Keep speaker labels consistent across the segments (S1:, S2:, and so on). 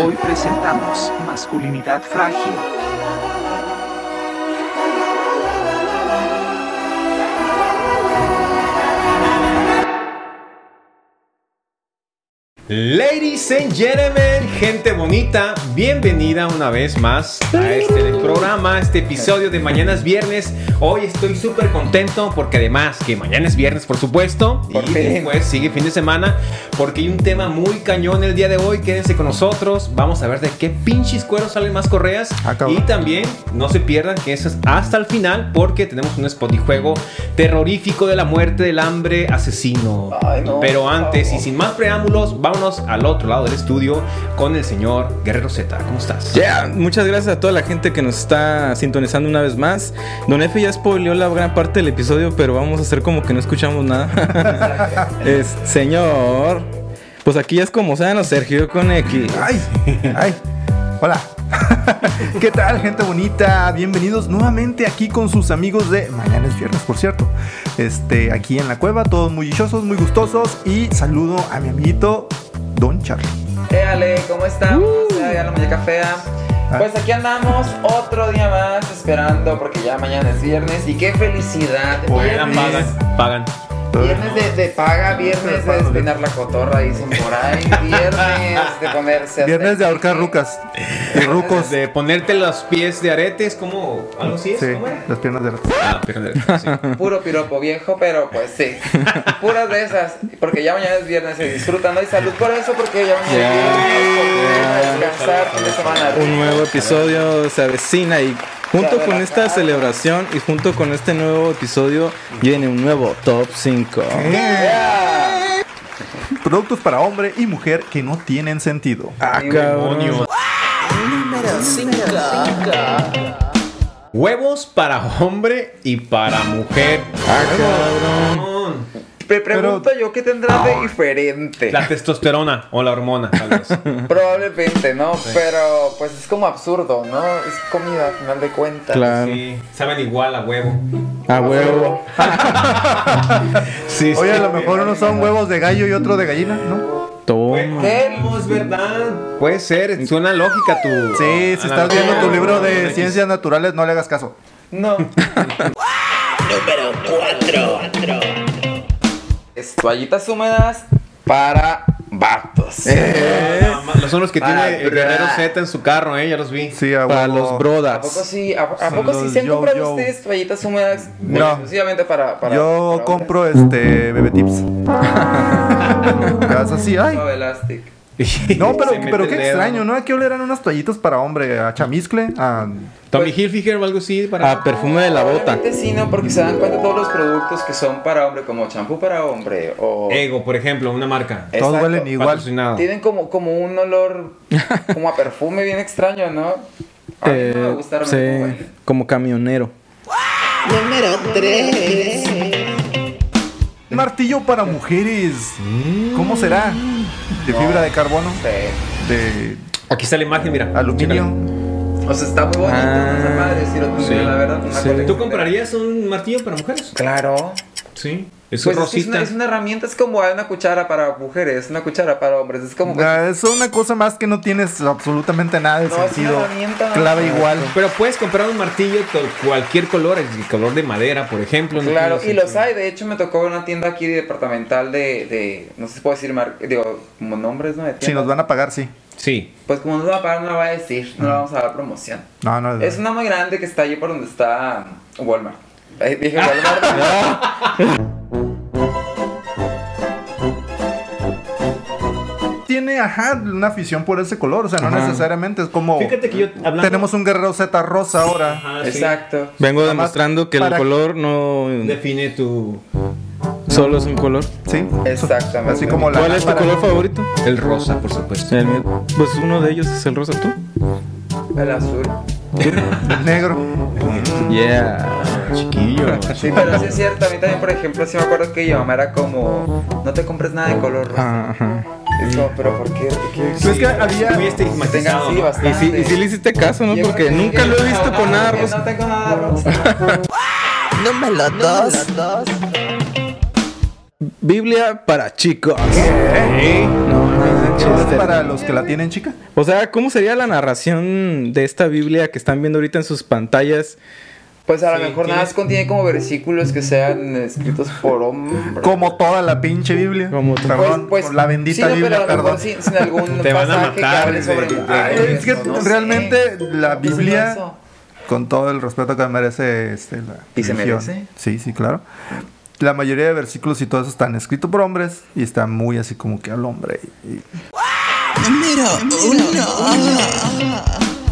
S1: Hoy presentamos Masculinidad Frágil.
S2: Ladies and gentlemen, gente bonita, bienvenida una vez más a este programa, a este episodio de Mañana es Viernes. Hoy estoy súper contento porque además que mañana es viernes, por supuesto,
S3: Por
S2: y
S3: fin.
S2: después sigue fin de semana porque hay un tema muy cañón el día de hoy. Quédense con nosotros, vamos a ver de qué pinches cueros salen más correas
S3: Ah, cabrón.
S2: y también no se pierdan que eso es hasta el final porque tenemos un spot y juego terrorífico de la muerte, del hambre, asesino.
S3: Ay, no,
S2: Pero
S3: por
S2: antes y
S3: favor.
S2: sin más preámbulos, vámonos al otro lado del estudio con el señor Guerrero Z. ¿Cómo estás?
S4: Yeah, muchas gracias a toda la gente que nos está sintonizando una vez más. Don Efe ya spoileó la gran parte del episodio, pero vamos a hacer como que no escuchamos nada. Es- señor, pues aquí ya es como sean los Sergio con X.
S3: Ay, ay, hola. ¿Qué tal, gente bonita? Bienvenidos nuevamente aquí con sus amigos de Mañana es Viernes, por cierto. Este, aquí en la cueva, todos muy dichosos, muy gustosos. Y saludo a mi amiguito Don Charlie.
S5: Eh, Ale, ¿cómo estamos? Ya, ya la muñeca fea. Pues aquí andamos otro día más esperando porque ya mañana es viernes y qué felicidad.
S2: Pagan,
S5: Viernes,
S3: pues.
S2: pagan, pagan.
S5: viernes de, de paga, viernes de destinar la cotorra, dicen por ahí, viernes de ponerse.
S3: Viernes de ahorcar rucas y rucos.
S2: De ponerte los pies de aretes, como algo así es,
S3: Sí,
S2: ¿cómo era?
S3: las piernas de ratas.
S2: Ah, perdón, sí.
S5: Puro piropo viejo, pero pues sí. Puras de esas, porque ya mañana es viernes, se disfrutan, ¿no? Y salud por eso, porque ya mañana es viernes, descansar, fin de semana.
S4: Un nuevo episodio se avecina y junto con esta celebración y junto con este nuevo episodio viene un nuevo top 5.
S3: Eh. Productos para hombre y mujer que no tienen sentido.
S4: Ah,
S2: Demonios. Huevos para hombre y para mujer. Ah, Cabrón.
S5: Pre- pregunto yo qué tendrá de diferente.
S2: La testosterona o la hormona, tal vez.
S5: Probablemente, ¿no? Pero pues es como absurdo, ¿no? Es comida al final de cuentas.
S4: Claro.
S2: Sí, saben igual a huevo.
S4: A huevo.
S2: Sí,
S3: Oye, a lo mejor uno son huevos de gallo y otro de gallina, ¿no?
S4: Toma.
S5: ¿Qué?
S2: es verdad. Puede ser, suena lógica tu.
S3: Sí, si estás
S2: analogía.
S3: viendo tu libro de
S2: X.
S3: ciencias naturales, no le hagas caso.
S5: No. Número 4. Toallitas húmedas para vatos.
S3: Eh.
S2: Ah, ma- Son los que
S5: Para
S2: tiene el
S5: durar.
S2: guerrero Z en su carro, eh, ya los vi.
S3: Sí, a
S4: Para
S3: huevo.
S4: los
S5: ¿A poco
S4: brodas.
S5: sí? ¿A, a
S3: Son
S5: poco sí
S3: los
S5: se han comprado
S3: yo-yo.
S5: ustedes toallitas húmedas?
S3: No.
S5: Exclusivamente para. para
S3: Yo
S5: para
S3: compro este bebé tips. Gas así, ay.
S5: hombres. No, elastic.
S3: No, pero,
S2: Se mete
S3: pero
S2: el
S3: qué
S2: dedo.
S3: extraño, ¿no? Aquí oleran unas toallitas para hombre, a chamiscle, a...
S2: Tommy Hilfiger o algo así para.
S4: A perfume de la bota.
S5: Probablemente sí, no, porque se dan cuenta todos los productos que son para hombre, como champú para hombre o.
S2: Ego, por ejemplo, una marca.
S5: Eh,
S3: Eh, Todos
S5: Exacto.
S3: huelen igual.
S2: Patrocinado.
S5: Tienen como, como un olor como a perfume bien extraño, ¿no? A mí no me
S4: Eh,
S5: gustaron
S4: sí, como camionero.
S3: Martillo para mujeres. ¿Cómo será? De fibra de carbono, de
S2: Aquí está la imagen, mira.
S3: aluminio.
S5: O sea, está muy bonito,
S4: Ah,
S5: no está padre decirlo tú,
S2: sí.
S5: la verdad. una
S4: Sí.
S5: cosa
S2: ¿Tú comprarías un martillo para mujeres?
S5: Claro.
S2: Sí. Es un
S5: Pues es, que es
S2: rosita.
S5: una, es una herramienta, es como una cuchara para mujeres, una cuchara para hombres, es como...
S3: Ah, Es una cosa más que no tienes absolutamente nada de
S5: No, es una
S3: sentido.
S5: herramienta.
S3: Clave igual.
S2: Pero puedes comprar un martillo de cualquier color, el color de madera, por ejemplo. no
S5: Claro,
S2: tiene
S5: y los
S2: sentido.
S5: hay, de hecho me tocó una tienda aquí departamental de, de no sé si puedo decir, mar- digo, como nombres, ¿no? De
S3: Si nos
S5: tiendas.
S3: van a pagar, sí.
S2: Sí.
S5: Pues como nos va a pagar, no la va a decir, no la vamos a dar promoción.
S3: No, no.
S5: Es una muy grande que está allí por donde está Walmart. Ahí Dije
S4: Ah,
S5: Walmart.
S3: Tiene, ajá, una afición por ese color. O sea, no
S4: Ajá.
S3: necesariamente es como...
S2: Fíjate que yo hablando.
S3: Tenemos un guerrero Z rosa ahora.
S2: Ajá, sí.
S5: Exacto.
S4: Vengo
S3: Nada más
S4: demostrando que el
S3: para-
S4: color no
S2: Define tu.
S4: solo es un color.
S3: Sí.
S5: Exactamente.
S3: Así como la
S4: ¿Cuál es tu
S3: lámpara.
S4: color favorito?
S2: El rosa, por supuesto.
S4: El mío. Pues uno de ellos es el rosa, ¿tú?
S5: El azul.
S3: Negro.
S4: Yeah.
S2: Chiquillo.
S5: Sí, pero sí es cierto. A mí también, por ejemplo, sí me acuerdo que mi mamá era como, no te compres nada de color rosa.
S4: Ajá.
S5: Es como, pero ¿por qué? ¿Por qué?
S3: Pues es que había-
S2: Muy estigmatizado.
S5: Tengan
S2: ¿no?
S5: sí,
S4: Y sí, y sí le hiciste caso, ¿no?
S5: Yo
S4: Porque
S5: creo que
S4: nunca
S5: sí,
S4: lo he
S5: no,
S4: visto
S5: no,
S4: con nada
S5: no,
S4: rosa.
S5: No tengo nada rosa.
S6: Número 2.
S4: Biblia para chicos.
S2: Sí.
S4: No, no,
S3: ¿Es
S2: manches.
S3: para los que la tienen chica?
S4: O sea, ¿cómo sería la narración de esta Biblia que están viendo ahorita en sus pantallas?
S5: Pues a lo
S2: Sí,
S5: mejor nada
S2: tiene-
S5: más contiene como versículos que sean escritos por hombre.
S3: Como toda la pinche Biblia.
S4: Como to-
S5: Pues-
S3: perdón,
S5: pues,
S3: por la bendita
S5: sí, no,
S3: Biblia,
S5: pero a lo
S3: perdón.
S5: mejor sin, sin algún
S2: Te van a
S5: pasaje que
S2: matar,
S5: hable sobre.
S2: güey.
S5: Ay,
S3: Ay, es que
S5: no sé. Pues
S3: realmente la
S5: No
S3: Biblia,
S5: sé.
S3: con todo el respeto que merece este, la
S5: ¿Y se
S3: religión,
S5: merece?
S3: Sí, sí, claro. La mayoría de versículos y todo eso están escritos por hombres y está muy así como que al hombre. y- y-
S6: Número uno.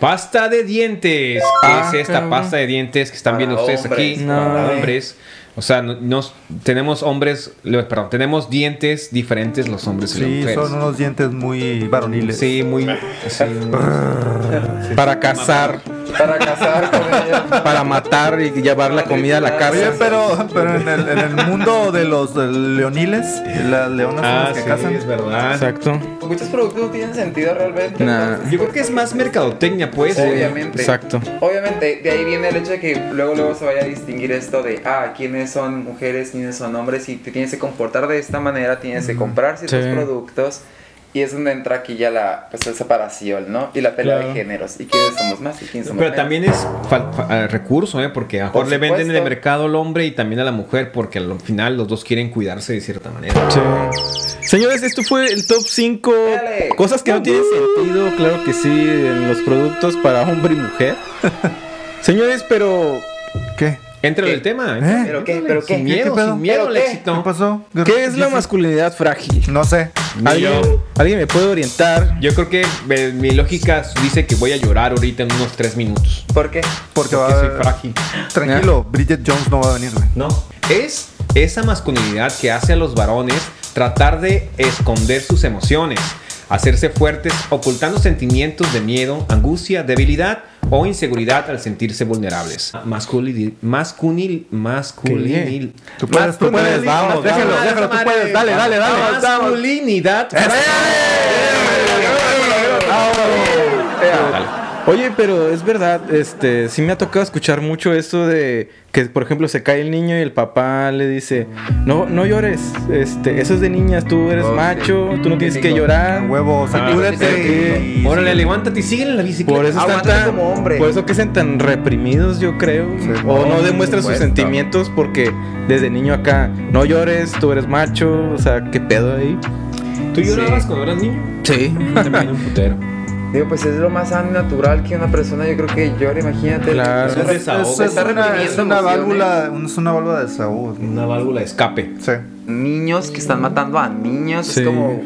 S2: Pasta de dientes. ¿Qué
S4: Ah,
S2: es esta
S4: cabrón.
S2: pasta de dientes que están
S5: Para
S2: viendo ustedes
S5: hombres,
S2: aquí?
S4: No.
S2: Para hombres. O sea, no- nos, tenemos hombres, lo- perdón, tenemos dientes diferentes los hombres y las
S3: sí,
S2: mujeres.
S3: son unos dientes muy varoniles.
S2: Sí, muy. sí,
S4: Para cazar,
S5: Para casar con ella.
S4: para matar y llevar la comida a la
S3: Oye,
S4: casa.
S3: pero, pero en, el, en el mundo de los eh, leoniles, las leonas son
S2: ah,
S3: las que
S2: sí,
S3: cazan.
S2: es verdad.
S4: Exacto.
S5: Muchos productos no tienen sentido realmente.
S4: Nah.
S5: entonces,
S2: Yo creo que es más mercadotecnia, pues.
S5: Obviamente.
S4: Exacto.
S5: Obviamente, de ahí viene el hecho de que luego luego se vaya a distinguir esto de, ah, quiénes son mujeres, quiénes son hombres, y te tienes que comportar de esta manera, tienes que comprar ciertos
S4: Sí.
S5: productos, y es donde entra aquí ya la pues, la separación, ¿no? Y la pelea
S4: Claro.
S5: de géneros, y quiénes somos más y quiénes somos
S2: Pero
S5: menos.
S2: también es fal- fa- eh, recurso, ¿eh? Porque a lo
S5: Por
S2: mejor le venden en el
S5: supuesto.
S2: mercado al hombre y también a la mujer, porque al final los dos quieren cuidarse de cierta manera.
S4: Sí. Señores, esto fue el top 5
S5: Dale.
S4: cosas que no tienen sentido, claro que sí, en los productos para hombre y mujer. Señores, pero
S3: ¿Qué?
S2: Entra en
S5: ¿Qué?
S2: el tema.
S3: ¿Eh?
S5: ¿Pero qué? ¿Pero
S2: Sin
S5: qué?
S2: miedo,
S3: ¿Qué pedo?
S2: sin miedo
S5: ¿Pero
S2: al
S5: qué?
S3: ¿Qué
S2: éxito.
S3: pasó?
S4: ¿qué es la masculinidad frágil?
S3: No sé.
S2: Ni yo.
S4: ¿Alguien, alguien me puede orientar?
S2: Yo creo que eh, mi lógica dice que voy a llorar ahorita en unos tres minutos.
S5: ¿Por qué?
S3: Porque va
S2: Porque
S3: a
S2: soy frágil.
S3: Tranquilo, Bridget Jones no va a venir, güey.
S2: No. Es esa masculinidad que hace a los varones tratar de esconder sus emociones, hacerse fuertes, ocultando sentimientos de miedo, angustia, debilidad o inseguridad al sentirse vulnerables. Masculini, masculin, masculin,
S3: Tú puedes, tú puedes,
S4: puedes,
S3: vamos,
S4: vamos,
S3: déjelo,
S4: vamos.
S3: déjalo, tú puedes, dale, dale, dale.
S2: Masculinidad.
S4: Oye, pero es verdad, este, sí me ha tocado escuchar mucho esto de que, por ejemplo, se cae el niño y el papá le dice, no, no llores, este, eso es de niñas, tú eres
S5: Ok.
S4: macho, tú no tienes que llorar.
S3: Huevo,
S2: Ah,
S3: sacúdete y...
S2: Órale, levántate y sigue en la bicicleta.
S4: Por eso están
S5: Aguántate
S4: tan,
S5: como hombre.
S4: por eso que sean tan reprimidos, yo creo.
S3: Sí,
S4: o
S3: por
S4: no demuestran sus
S3: supuesto.
S4: sentimientos porque desde niño acá, no llores, tú eres macho, o sea, qué pedo ahí.
S2: ¿Tú llorabas
S5: Sí.
S2: cuando eras niño?
S4: Sí.
S2: También un putero.
S5: Digo, pues es lo más sano y natural que una persona, yo creo que llore, imagínate.
S4: Claro.
S2: Es un
S3: Es,
S2: desahogo.
S3: es- es
S5: Está
S3: una, es
S5: reprimiendo
S3: una
S5: emociones.
S3: válvula, un- es una válvula de desahogo.
S2: Una válvula de escape.
S3: Sí.
S5: niños que están matando a niños.
S4: Sí.
S5: Es como,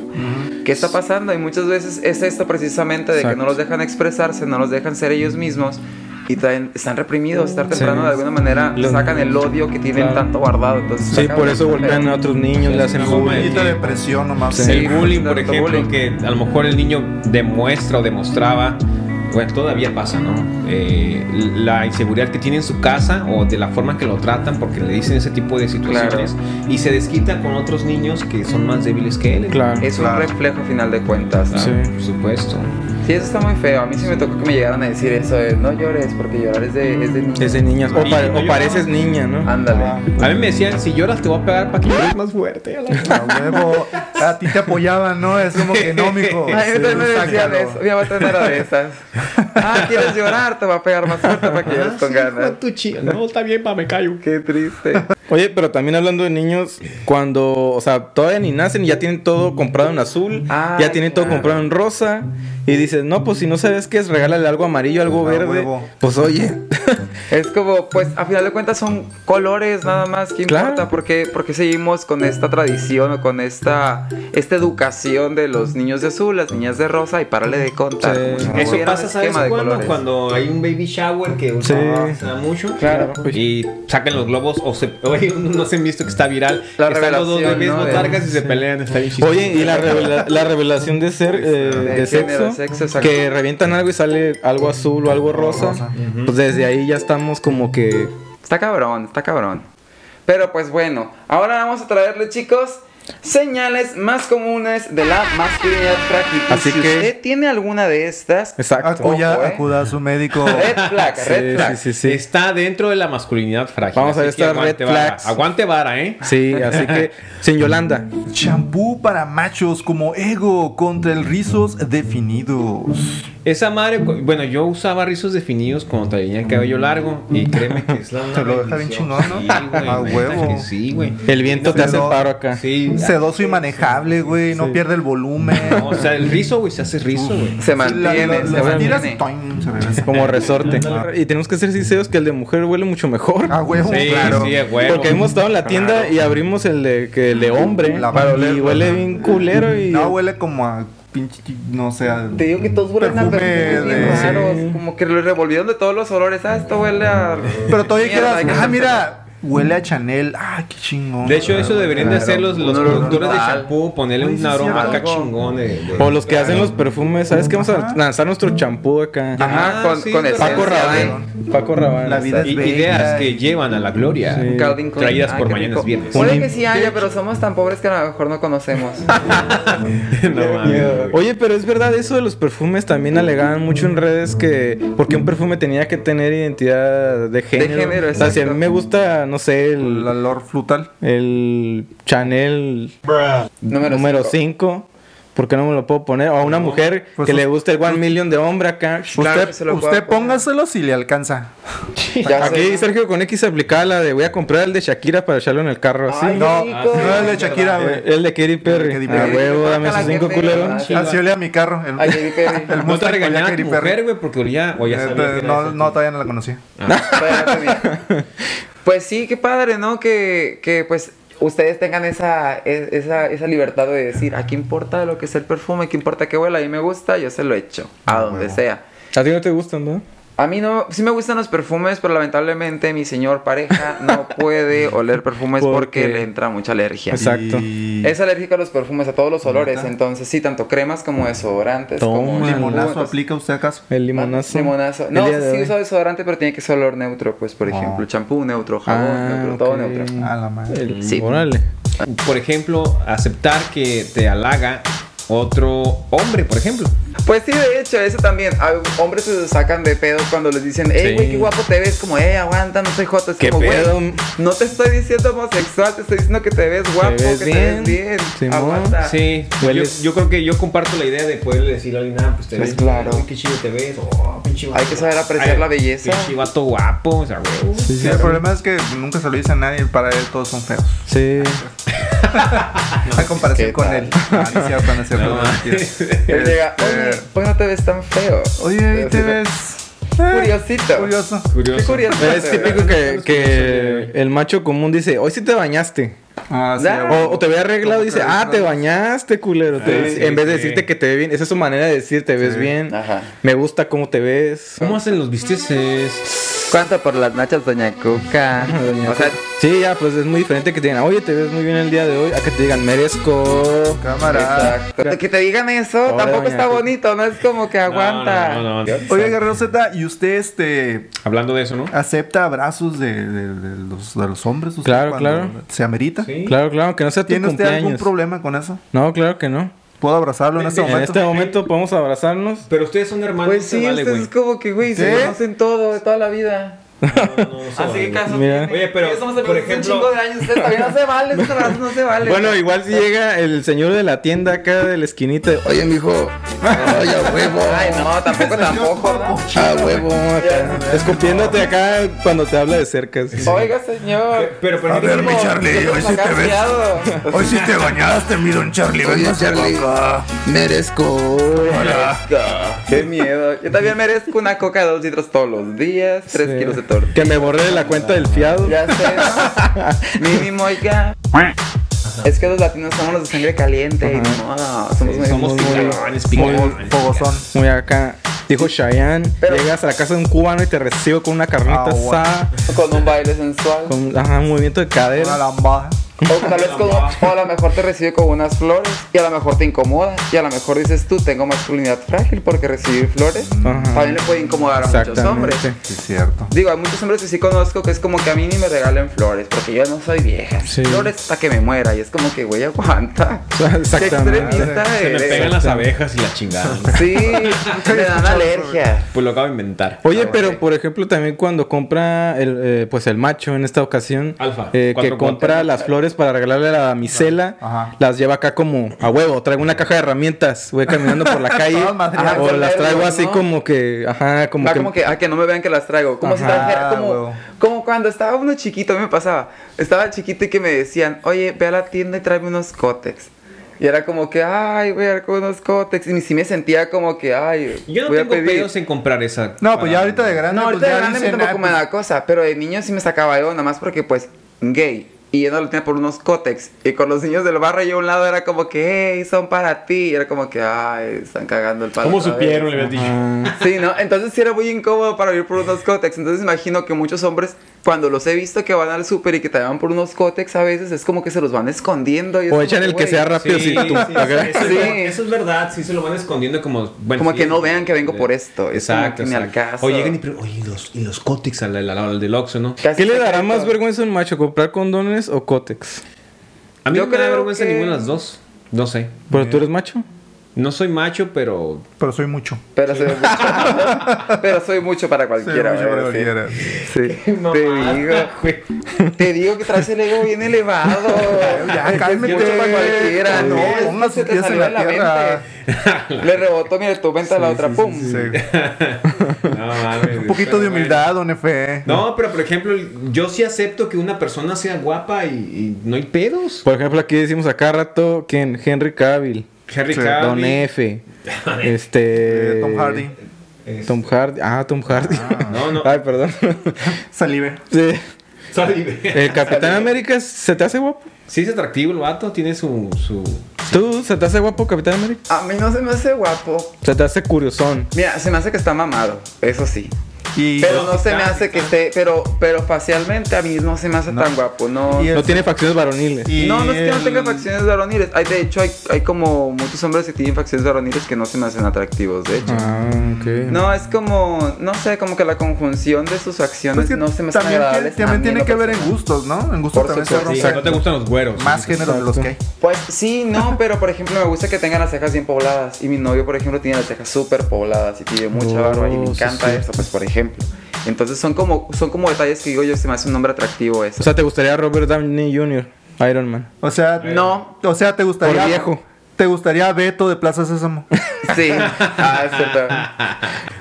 S5: ¿qué está pasando? Y muchas veces es esto precisamente de que
S4: Exacto.
S5: no los dejan expresarse, no los dejan ser ellos mismos y traen- están reprimidos, tarde o
S4: Sí.
S5: temprano de alguna manera
S4: Lo-
S5: sacan el odio que tienen
S4: Claro.
S5: tanto guardado. Entonces,
S4: Sí,
S5: sacan
S4: por
S5: de-
S4: eso golpean a otros niños, le hacen
S2: Una bomba
S4: bullying.
S2: de-
S3: Un poquito de presión nomás.
S4: Sí.
S2: el bullying, por
S5: tanto
S2: ejemplo,
S5: bullying.
S2: que a lo mejor el niño demuestra o demostraba, bueno, todavía pasa, ¿no? Eh, la inseguridad que tiene en su casa o de la forma que lo tratan porque le dicen ese tipo de situaciones y se desquita con otros niños que son más débiles que él.
S4: Claro.
S5: Es un
S3: Claro.
S5: reflejo a final de cuentas. ¿no?
S2: Claro,
S4: Sí.
S2: Por supuesto.
S5: Sí, eso está muy feo. A mí sí me tocó que me llegaran a decir eso de no llores porque llorar es de, es de niños".
S4: Desde niñas. O,
S2: Y
S4: pare-
S2: no
S4: o pareces niña, ¿no?
S5: Ándale.
S2: A mí me decían, si lloras te voy a pegar para que llores más fuerte. a la-
S3: A huevo. A ti te apoyaban, ¿no? Es como que no, mijo.
S5: Ay,
S3: Sí,
S5: yo también me decían
S3: sácalo.
S5: eso. Mi mamá también era de esas. Ah, quieres llorar, te va a pegar más fuerte para que llores con ganas.
S2: Tu chi- No, está bien, pa, me callo.
S5: Qué triste.
S4: Oye, pero también hablando de niños, cuando, o sea, todavía ni nacen y ya tienen todo comprado en azul,
S5: Ah,
S4: ya tienen todo
S5: claro.
S4: comprado en rosa, y dices, no, pues si no sabes qué es, regálale algo amarillo, algo
S3: Ah,
S4: verde.
S3: huevo.
S4: Pues oye,
S5: Es como, pues, a final de cuentas son colores nada más, ¿qué
S4: Claro.
S5: importa? ¿Por qué, por qué seguimos con esta tradición o con esta, esta educación de los niños de azul, las niñas de rosa y párale de contar?
S4: Sí.
S5: Como si no
S2: Eh, Eso
S5: hubiera un
S2: pasa, ¿sabes
S5: esquema de
S2: cuándo?
S5: colores.
S2: Cuando hay un baby shower que
S4: Sí.
S2: usa usa mucho.
S4: Claro.
S2: Y sacan los globos o se... Oye, no se han visto que está viral.
S5: La
S2: que están los dos
S5: revelación,
S2: bebés
S5: ¿no?
S2: botargas y se pelean. Está bien chistoso.
S4: oye, y la, revela- la revelación de ser, eh, de,
S5: De género,
S4: sexo,
S5: sexo, exacto.
S4: que revientan algo y sale algo azul o algo rosa, pues desde ahí ya estamos como que...
S5: Está cabrón, está cabrón. Pero pues bueno, ahora vamos a traerle, chicos, Señales más comunes de la masculinidad frágil. Y
S4: Así
S5: si
S4: que-
S5: usted tiene alguna de estas,
S4: Exacto.
S3: O ya
S5: Ojo, eh.
S3: acuda a su médico.
S5: red flag, red flag.
S4: Sí, sí, sí.
S2: Está dentro de la masculinidad frágil.
S4: Vamos a ver
S2: así que
S4: estas
S2: aguante
S4: red
S2: vara.
S4: flags.
S2: Aguante vara, ¿eh?
S4: Sí, así que sin Yolanda.
S3: Champú para machos como ego contra el rizos definidos.
S2: Esa madre, cu- bueno, yo usaba rizos definidos cuando traía el cabello largo y créeme que es la una
S3: Te lo deja bien
S2: bendición.
S3: chingón, ¿no?
S2: Sí, güey, neta
S3: A huevo.
S2: que Sí, güey.
S4: El viento te hace
S3: Pero-
S4: paro acá.
S2: Sí.
S3: Sedoso y manejable, güey. No pierde el volumen.
S2: No, o sea, el rizo, güey, se hace rizo, güey.
S5: Se
S3: Sí, la-
S5: mantiene,
S3: la-
S5: se
S3: las tiras y
S5: mantiene.
S3: toing, se regresa.
S4: Como resorte. Y tenemos que ser sinceros que el de mujer huele mucho mejor.
S3: A huevo,
S2: Sí,
S3: Ah, claro.
S2: sí, a huevo.
S4: Porque hemos estado en la tienda y abrimos el de, que el de hombre
S3: La
S4: para
S3: huele,
S4: oler, y huele
S3: güey.
S4: bien culero y
S3: No huele como a pinche, no sé, a-
S5: Te digo que todos huelen a
S3: Perfume
S5: perfumes bien
S3: de-
S5: raros, como que lo revolvieron de todos los olores. Ah, esto huele a.
S3: Pero todavía
S5: Mierda, hay que
S3: quedas, ah,
S5: hacer-
S3: mira, huele a Chanel. Ah, qué chingón.
S2: De hecho, eso deberían de hacer los, los
S5: Un olor
S2: productores de
S5: natural.
S2: champú, ponerle
S3: Oye, sí
S2: un
S3: es
S2: aroma
S3: cierto.
S2: acá chingón. de- de-
S4: o los que hacen los perfumes, ¿sabes qué? Vamos a
S3: Ajá.
S4: lanzar nuestro champú acá.
S5: Ajá,
S2: Ah,
S5: con,
S2: sí,
S5: con
S2: pero-
S5: esencia
S4: Paco
S5: de-
S4: Rabanne. Paco Rabanne.
S3: La vida es
S2: i-
S3: bella.
S2: ideas que llevan a la gloria,
S4: Sí.
S5: Calvin Klein.
S2: traídas
S5: Ah,
S2: por
S5: qué
S2: mañanas
S5: rico.
S2: viernes.
S5: Puede que sí haya, pero somos tan pobres que a lo mejor no conocemos.
S2: No mames.
S4: Oye, pero es verdad eso de los perfumes también alegaban mucho en redes que porque un perfume tenía que tener identidad de género.
S5: género,
S4: o sea, si a
S5: exacto.
S4: mí me gusta, no sé,
S3: El
S4: el,
S3: olor frutal.
S4: el Chanel
S5: Número
S4: número
S5: cinco.
S4: 5, ¿por qué no me lo puedo poner? O a una
S3: Pues
S4: mujer que
S3: us- Pues
S4: le guste el One Million de hombre acá.
S5: Claro que se
S3: usted
S5: lo puedo
S3: usted
S5: poner.
S3: póngaselo si le alcanza.
S5: Ya
S4: Aquí
S5: sé.
S4: Sergio con X aplicaba la de voy a comprar el de Shakira para echarlo en el carro así.
S5: Ay,
S3: No,
S5: rico.
S3: no es el de Shakira,
S4: Eh,
S3: güey.
S4: el de Katy Perry.
S3: El de Katy
S4: A
S3: Perry.
S4: huevo, dame
S5: Guácala,
S4: esos
S5: qué
S4: cingo
S5: feo,
S4: culero.
S5: ¿verdad?
S3: Así Ah, olía mi carro. El,
S5: Ay, Katy Perry.
S3: el
S2: No te
S3: Mustang
S2: regañaba
S3: olía a
S2: tu
S3: Katy Perry.
S2: mujer, güey, porque olía. O ya
S3: Eh,
S2: sabía que
S3: pero
S2: era
S3: no,
S2: esa.
S3: no, todavía no la conocía.
S5: Espérate, mira. Pues sí, qué padre, ¿no? Que, que pues ustedes tengan esa, e- esa, esa libertad de decir, ¿a qué importa lo que es el perfume? ¿Qué importa que huela? A mí me gusta, yo se lo echo, a
S4: Ah,
S5: donde sea.
S4: A ti no te gustan, ¿no?
S5: A mí no, sí me gustan los perfumes, pero lamentablemente mi señor pareja no puede oler perfumes
S4: ¿Por
S5: porque
S4: qué?
S5: le entra mucha alergia.
S4: Exacto.
S3: Y-
S5: Es alérgica a los perfumes, a todos los olores, entonces sí, tanto cremas como desodorantes, como
S4: Toma.
S3: ¿Limonazo
S5: limonazo,
S3: aplica usted acaso?
S4: El
S5: Ah,
S4: limonazo.
S5: limonazo.
S4: El
S5: No,
S4: día de
S5: sí
S4: hoy.
S5: uso desodorante, pero tiene que ser olor neutro, pues, por ejemplo, champú neutro, jabón
S4: Ah,
S5: neutro, todo
S4: ok.
S5: neutro.
S3: A la madre.
S4: El-
S5: Sí.
S4: Órale.
S2: Por ejemplo, aceptar que te halaga otro hombre, por ejemplo.
S5: Pues sí, de hecho, eso también. A hombres se sacan de pedo cuando les dicen, hey,
S4: Sí.
S5: güey, qué guapo te ves. Como, hey, aguanta, no soy joto. Es
S4: ¿Qué
S5: como,
S4: pedo?
S5: güey, no te estoy diciendo homosexual, te estoy diciendo que te ves guapo,
S4: ves
S5: que
S4: bien,
S5: te ves bien.
S4: Simón.
S5: aguanta.
S2: Sí, yo,
S4: Hueles-
S2: yo creo que yo comparto la idea de poderle decir a alguien, ah, pues te
S5: Pues
S2: ves.
S5: claro.
S2: oh, Qué chido te ves. Oh, pinche
S5: Hay que saber apreciar la belleza.
S2: Pinche vato guapo, o sea, güey.
S3: Sí, el problema es que nunca se lo dice a nadie. Para él todos son feos.
S4: Sí.
S3: a comparación
S5: ¿qué
S3: con
S5: tal?
S3: él. Ah, no es cierto, no es cierto, no es cierto.
S5: Él llega,
S3: Este,
S5: oye, ¿por qué no te ves tan feo?
S3: Oye, ahí te
S5: Así,
S3: ves. eh,
S5: Curiosito.
S3: Curioso.
S5: Qué curioso.
S2: Ah,
S4: Es típico que, que el macho común dice, hoy sí te bañaste.
S3: Ah, sí,
S5: Ah,
S4: O, o te ve arreglado y
S3: Como que
S4: dice, ah, te
S3: arreglado.
S4: bañaste, culero. Te-
S2: Ah, sí,
S4: en vez
S2: sí.
S4: de
S2: Ah.
S4: decirte que te ve bien. Esa es su manera de decir, te ves bien.
S5: Ajá.
S4: Me gusta cómo te ves.
S2: ¿Cómo hacen los visteces?
S5: ¿Cuánto por las nachas, doña Cuca? o sea,
S4: Sí, ya, pues es muy diferente que te digan, oye, te ves muy bien el día de hoy, a que te digan, merezco.
S3: Cámara.
S5: Exacto. Que te digan eso
S4: Pobre
S5: tampoco
S4: doña
S5: está
S4: Cuca.
S5: bonito, no es como que aguanta.
S2: No, no, no, no.
S3: Oye, Guerrero Z, ¿y usted este
S2: Hablando de eso, ¿no?
S3: acepta abrazos de, de- de los, de los hombres? usted,
S4: Claro,
S3: cuando
S4: claro.
S3: ¿Se amerita?
S2: Sí.
S4: Claro, claro, que no sea tu
S3: ¿Tiene usted algún
S4: cumpleaños.
S3: problema con eso?
S4: No, claro que no.
S3: ¿Puedo abrazarlo en este
S4: En
S3: momento?
S4: este momento podemos abrazarnos.
S2: Pero ustedes son hermanos,
S5: Pues
S2: se
S5: sí,
S2: vale,
S5: ustedes
S2: güey.
S5: es como que, güey, se
S3: ¿Sí?
S5: conocen todo, de toda la vida.
S2: No, no, no se
S5: Así
S2: vale,
S5: que
S2: güey.
S5: caso
S4: Mira.
S5: tiene.
S2: Oye, pero,
S5: Ya somos
S2: por
S5: amigos hace
S2: ejemplo-
S5: un chingo de años, ustedes también no se vale, estos abrazos no se vale.
S4: Bueno, igual si llega el señor de la tienda acá de la esquinita, oye, mijo, ay, a huevo,
S5: Ay, no, tampoco, tampoco. ¿no?
S4: a huevo, acá, escupiéndote acá cuando te habla de cerca. así.
S5: Oiga, señor.
S2: Pero, por
S3: A
S2: ejemplo,
S3: ver, mi Charlie, hoy sí te ves. Hoy sí te bañaste, mi don Charlie.
S6: Oye,
S3: Ven más
S6: Charlie.
S3: acá.
S6: Merezco.
S3: Hola.
S5: Qué miedo. Yo también merezco una coca de dos litros todos los días, tres
S4: Sí.
S5: kilos de torta.
S4: Que me borré de la cuenta del fiado.
S5: Ya sé, ¿no? Mínimo, oiga. Es que los latinos somos los de sangre caliente. y No, somos muy
S2: somos picarones, picarones.
S3: Fogosón.
S4: Muy acá. Dijo Cheyenne,
S5: Pero-
S4: llegas a la casa de un cubano y te recibo con una carnita
S3: Ah, bueno.
S4: asada,
S5: Con un baile sensual.
S4: con ajá, un movimiento de
S3: Una
S4: cadera.
S3: lambada.
S5: O tal vez con- o a lo mejor te recibe con unas flores y a lo mejor te incomoda y a lo mejor dices tú tengo masculinidad frágil porque recibir flores
S4: Ajá.
S5: también le puede incomodar a muchos
S4: Exactamente.
S5: hombres.
S3: Sí, es cierto.
S5: Digo, hay muchos hombres que sí conozco que es como que a mí ni me regalen flores porque yo no soy vieja.
S4: Sí.
S5: Flores hasta que me muera y es como que güey aguanta. Qué
S4: Exactamente.
S5: extremista
S2: Se me
S5: eres.
S2: pegan las abejas y la chingada.
S5: Sí, me dan alergia.
S2: Pues lo acabo de inventar.
S4: Oye,
S5: Ah,
S4: pero
S5: ok.
S4: por ejemplo también cuando compra el, eh, pues el macho en esta ocasión,
S2: Alfa,
S4: eh, que
S2: cuatro
S4: compra
S2: cuatro.
S4: las flores para regalarle a la damisela,
S3: Ajá.
S4: las lleva acá como a huevo, traigo una caja de herramientas, voy caminando por la calle,
S3: Todas madreadas.
S4: o las traigo
S5: Ah,
S4: así
S5: ¿no?
S4: como que, ajá, como
S5: Ah,
S4: que,
S5: como que, ah, que no me vean que las traigo. Como si
S4: Ajá,
S5: trajera- como,
S3: huevo.
S5: como cuando estaba uno chiquito, a mí me pasaba. Estaba chiquito y que me decían, oye, ve a la tienda y tráeme unos cótex. Y era como que, ay, voy a ir con unos cótex. Y sí me sentía como que, ay,
S2: Yo no
S5: voy a
S2: tengo pedos en comprar esa.
S3: No, pues ya ahorita de
S5: No,
S3: grande. pues
S5: ahorita de
S3: ya
S5: grande me
S3: dicen,
S5: tampoco
S3: ah,
S5: me
S2: pues".
S5: da cosa, pero de niño sí me sacaba yo, nada más porque, pues, gay. Y yo no lo tenía por unos cótex. Y con los niños del barrio yo a un lado era como que, hey, son para ti. Y era como que, ay, están cagando el palo.
S2: ¿Cómo
S5: otra vez".
S2: supieron? Le habías dicho.
S4: ajá.
S5: Sí, ¿no? Entonces sí era muy incómodo para ir por unos cótex. Entonces imagino que muchos hombres, cuando los he visto que van al súper y que te van por unos cótex a veces, es como que se los van escondiendo. Y es
S4: o
S5: como
S4: echan el que
S5: güey,
S4: sea rápido, sí, tú, acá.
S2: eso,
S5: Sí.
S2: Es, eso es verdad, sí se lo van escondiendo como... bueno,
S5: Como
S2: sí,
S5: que no
S2: es-
S5: vean que vengo por esto, es
S2: Exacto.
S5: como que ni
S2: exacto.
S5: al caso.
S2: O llegan y preguntan, oye, ¿y los, y los cótex al, al, al del Oxxo, ¿no?
S3: "Ah,
S5: casi
S4: ¿Qué le
S5: secreto.
S4: dará más vergüenza a un macho, comprar condones o cótex?
S2: A mí
S5: Yo
S2: no me da
S5: creo
S2: vergüenza
S5: que-
S2: ninguna de las dos. No sé.
S4: Pero tú eres macho.
S2: No soy macho, pero...
S3: Pero soy mucho.
S5: Pero soy mucho, pero soy mucho para
S3: Soy
S5: cualquiera.
S3: mucho, pero
S5: güey, sí.
S3: cualquiera.
S5: Sí. Te digo,
S2: güey.
S5: te digo que traes el ego bien elevado.
S3: Ya,
S5: Es
S3: cálmete.
S5: Mucho para cualquiera.
S3: No,
S5: ¿ves?
S3: ponga
S5: Se
S3: sus
S5: te
S3: pies en
S5: salió
S3: la
S5: de
S3: tierra.
S5: mente. Le rebotó, mira, tu venta a la otra, pum.
S3: Sí.
S2: No, mames,
S3: Un poquito
S2: pero
S3: de
S2: bueno.
S3: humildad, don Efe. ¿eh?
S2: No, pero por ejemplo, yo sí acepto que una persona sea guapa y, y no hay pedos.
S4: Por ejemplo, aquí decimos acá rato que Henry Cavill,
S2: Henry
S3: Sí,
S2: Cavill.
S4: Don F, este
S3: Eh, Tom Hardy.
S2: es-
S4: Tom Hardy. Ah, Tom Hardy.
S2: No, no.
S4: Ay, perdón.
S3: Salive.
S4: Sí.
S2: Salive.
S4: El Capitán América se te hace guapo.
S2: Sí es atractivo el vato, tiene su... su...
S4: ¿Tú se te hace guapo, Capitán América?
S5: A mí no se me hace guapo.
S4: Se te hace curiosón.
S5: Mira, se me hace que está mamado, eso sí.
S3: Y,
S5: Pero no se me hace que esté, pero, pero facialmente a mí no se me hace tan guapo, no.
S3: Y el-
S4: No tiene facciones varoniles.
S3: y
S5: No, no es que no
S3: el-
S5: tenga facciones varoniles. Hay, de hecho, hay, hay como muchos hombres que tienen facciones varoniles que no se me hacen atractivos, de hecho.
S4: Ah, ok.
S5: No, es como, no sé, como que la conjunción de sus acciones
S3: Pues que
S5: no se me hacen
S3: también, tiene-
S5: agradables. a
S3: también
S5: mí en
S3: tiene
S5: lo
S3: que ver en
S5: personal.
S3: gustos, ¿no? En gustos
S5: Por
S3: también se
S5: supuesto,
S2: Sí,
S3: rompen
S5: sí.
S2: no te gustan los güeros.
S3: más géneros de los que hay.
S5: Pues sí, no, pero por ejemplo me gusta que tengan las cejas bien pobladas. Y mi novio, por ejemplo, tiene las cejas súper pobladas y tiene mucha
S4: Oh,
S5: barba y me
S4: sí,
S5: encanta
S4: sí.
S5: eso, pues por ejemplo. Entonces son como, son como detalles que digo yo, se me hace un hombre atractivo eso.
S4: O sea, ¿te gustaría Robert Downey Jr., Iron Man?
S3: O sea,
S5: No.
S3: O sea, te gustaría.
S4: Por viejo.
S3: Te gustaría Beto de Plaza Sésamo.
S5: sí, ah, es cierto.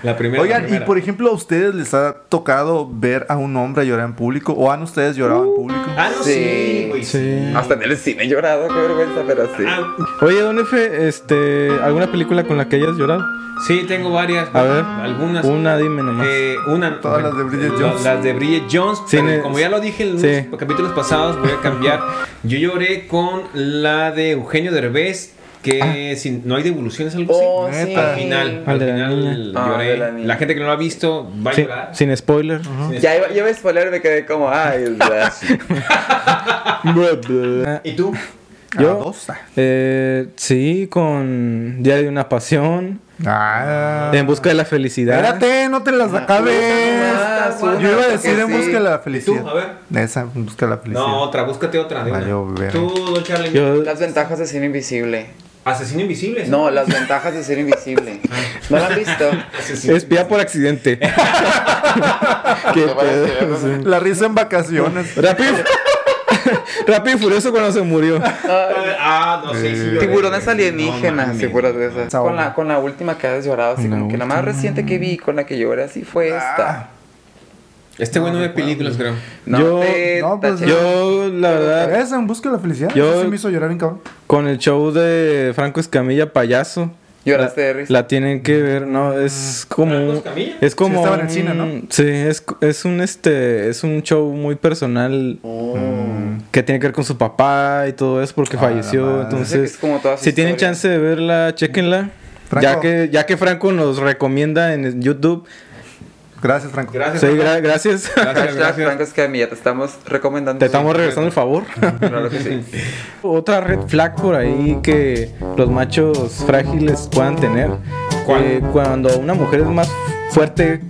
S2: La primera. la
S3: Oigan, y
S2: primera.
S3: por ejemplo, ¿a ustedes les ha tocado ver a un hombre llorar en público? ¿O han ustedes llorado en público?
S2: Ah, no, sí,
S5: Sí.
S2: güey.
S4: Sí.
S5: Hasta en el cine he llorado, qué vergüenza, pero sí.
S2: Ah,
S4: Oye, Don F, este, ¿alguna película con la que hayas llorado?
S2: sí, tengo varias.
S4: A ver,
S2: algunas.
S4: Una, dime nomás.
S2: Eh, una,
S3: Todas las de Bridget Jones.
S2: Las de Bridget Jones.
S4: Sí,
S2: pero
S4: ne-
S2: como ya lo dije en los
S4: sí.
S2: capítulos pasados, voy a cambiar. Yo lloré con la de Eugenio Derbez, que sin- no hay devoluciones, algo así.
S5: Oh, sí.
S3: Neta.
S2: Al final,
S4: Ah. Al
S2: al
S4: de la
S2: final
S5: niña. Ah,
S2: lloré.
S5: de la niña.
S2: la gente que no lo ha visto va a
S4: Sí,
S2: llorar.
S4: sin spoiler.
S5: Ya iba, ya iba a spoiler y me quedé como, ay, o sea,
S2: ¿Y tú?
S3: ¿A
S4: Yo-
S3: dos? Ah.
S4: Eh, sí, con Diario de una Pasión,
S3: Ah.
S2: Em,
S4: En Busca de la Felicidad.
S3: Espérate, no te las acabes.
S5: Ah,
S3: Yo
S5: suena,
S3: iba a
S5: porque
S3: decir en
S5: sí.
S3: busca de la
S2: tú?
S3: felicidad.
S2: A ver.
S3: Esa, en busca de la felicidad.
S2: No, otra, búscate otra. de una.
S3: Valió verga.
S2: Tú, Don Charlie.
S4: Yo,
S5: Las ventajas de ser invisible.
S2: Asesino Invisible.
S5: No, las ventajas de ser invisible. ¿No la han visto?
S2: Asesino
S4: espía por accidente. Qué pedo.
S3: La risa en vacaciones.
S4: Rápido. Rápido y furioso cuando se murió.
S5: Ay.
S2: Ah, no
S5: Eh,
S2: sé. Sí, lloré,
S5: Tiburones
S2: güey. No
S5: alienígenas,
S2: mames.
S5: figuras de esas.
S3: Saúl.
S5: Con la, con la última que has llorado, así
S4: Con la
S5: como que la más reciente que vi, con la que lloré así fue esta.
S2: Este güey no ve películas, creo.
S5: No,
S4: Yo-
S5: te-
S3: no, pues,
S5: tache-
S4: Yo, la verdad,
S3: Esa, en busca de la felicidad.
S4: Yo-
S3: Eso sí me hizo llorar bien cabrón.
S4: con el show de Franco Escamilla, payaso.
S5: lloraste de
S4: la,
S5: risa.
S4: la tienen
S3: Mm.
S4: que ver, no, es como
S2: ¿Franco
S4: un-
S2: Escamilla?
S4: es como
S3: Ah, Sí, estaba en el
S4: un-
S3: cine, ¿no?
S4: Sí, es, es un este es un show muy personal mm, que tiene que ver con su papá y todo eso porque
S3: Oh. Ah, la madre.
S4: falleció,
S5: Entonces,
S4: entonces
S5: es como toda su
S4: si tienen
S5: historia.
S4: chance de verla, chequenla.
S3: Franco.
S4: Ya que ya que Franco nos recomienda en YouTube
S3: Gracias, Franco.
S2: Gracias.
S4: Sí, gra- gracias.
S2: Gracias,
S5: Hashtag
S2: gracias.
S5: Franco Escamilla, te estamos recomendando.
S4: Te estamos regresando el favor.
S5: Claro que sí.
S4: Otra red flag por ahí que los machos frágiles puedan tener.
S2: ¿Cuál?
S4: Eh, cuando una mujer es más fuerte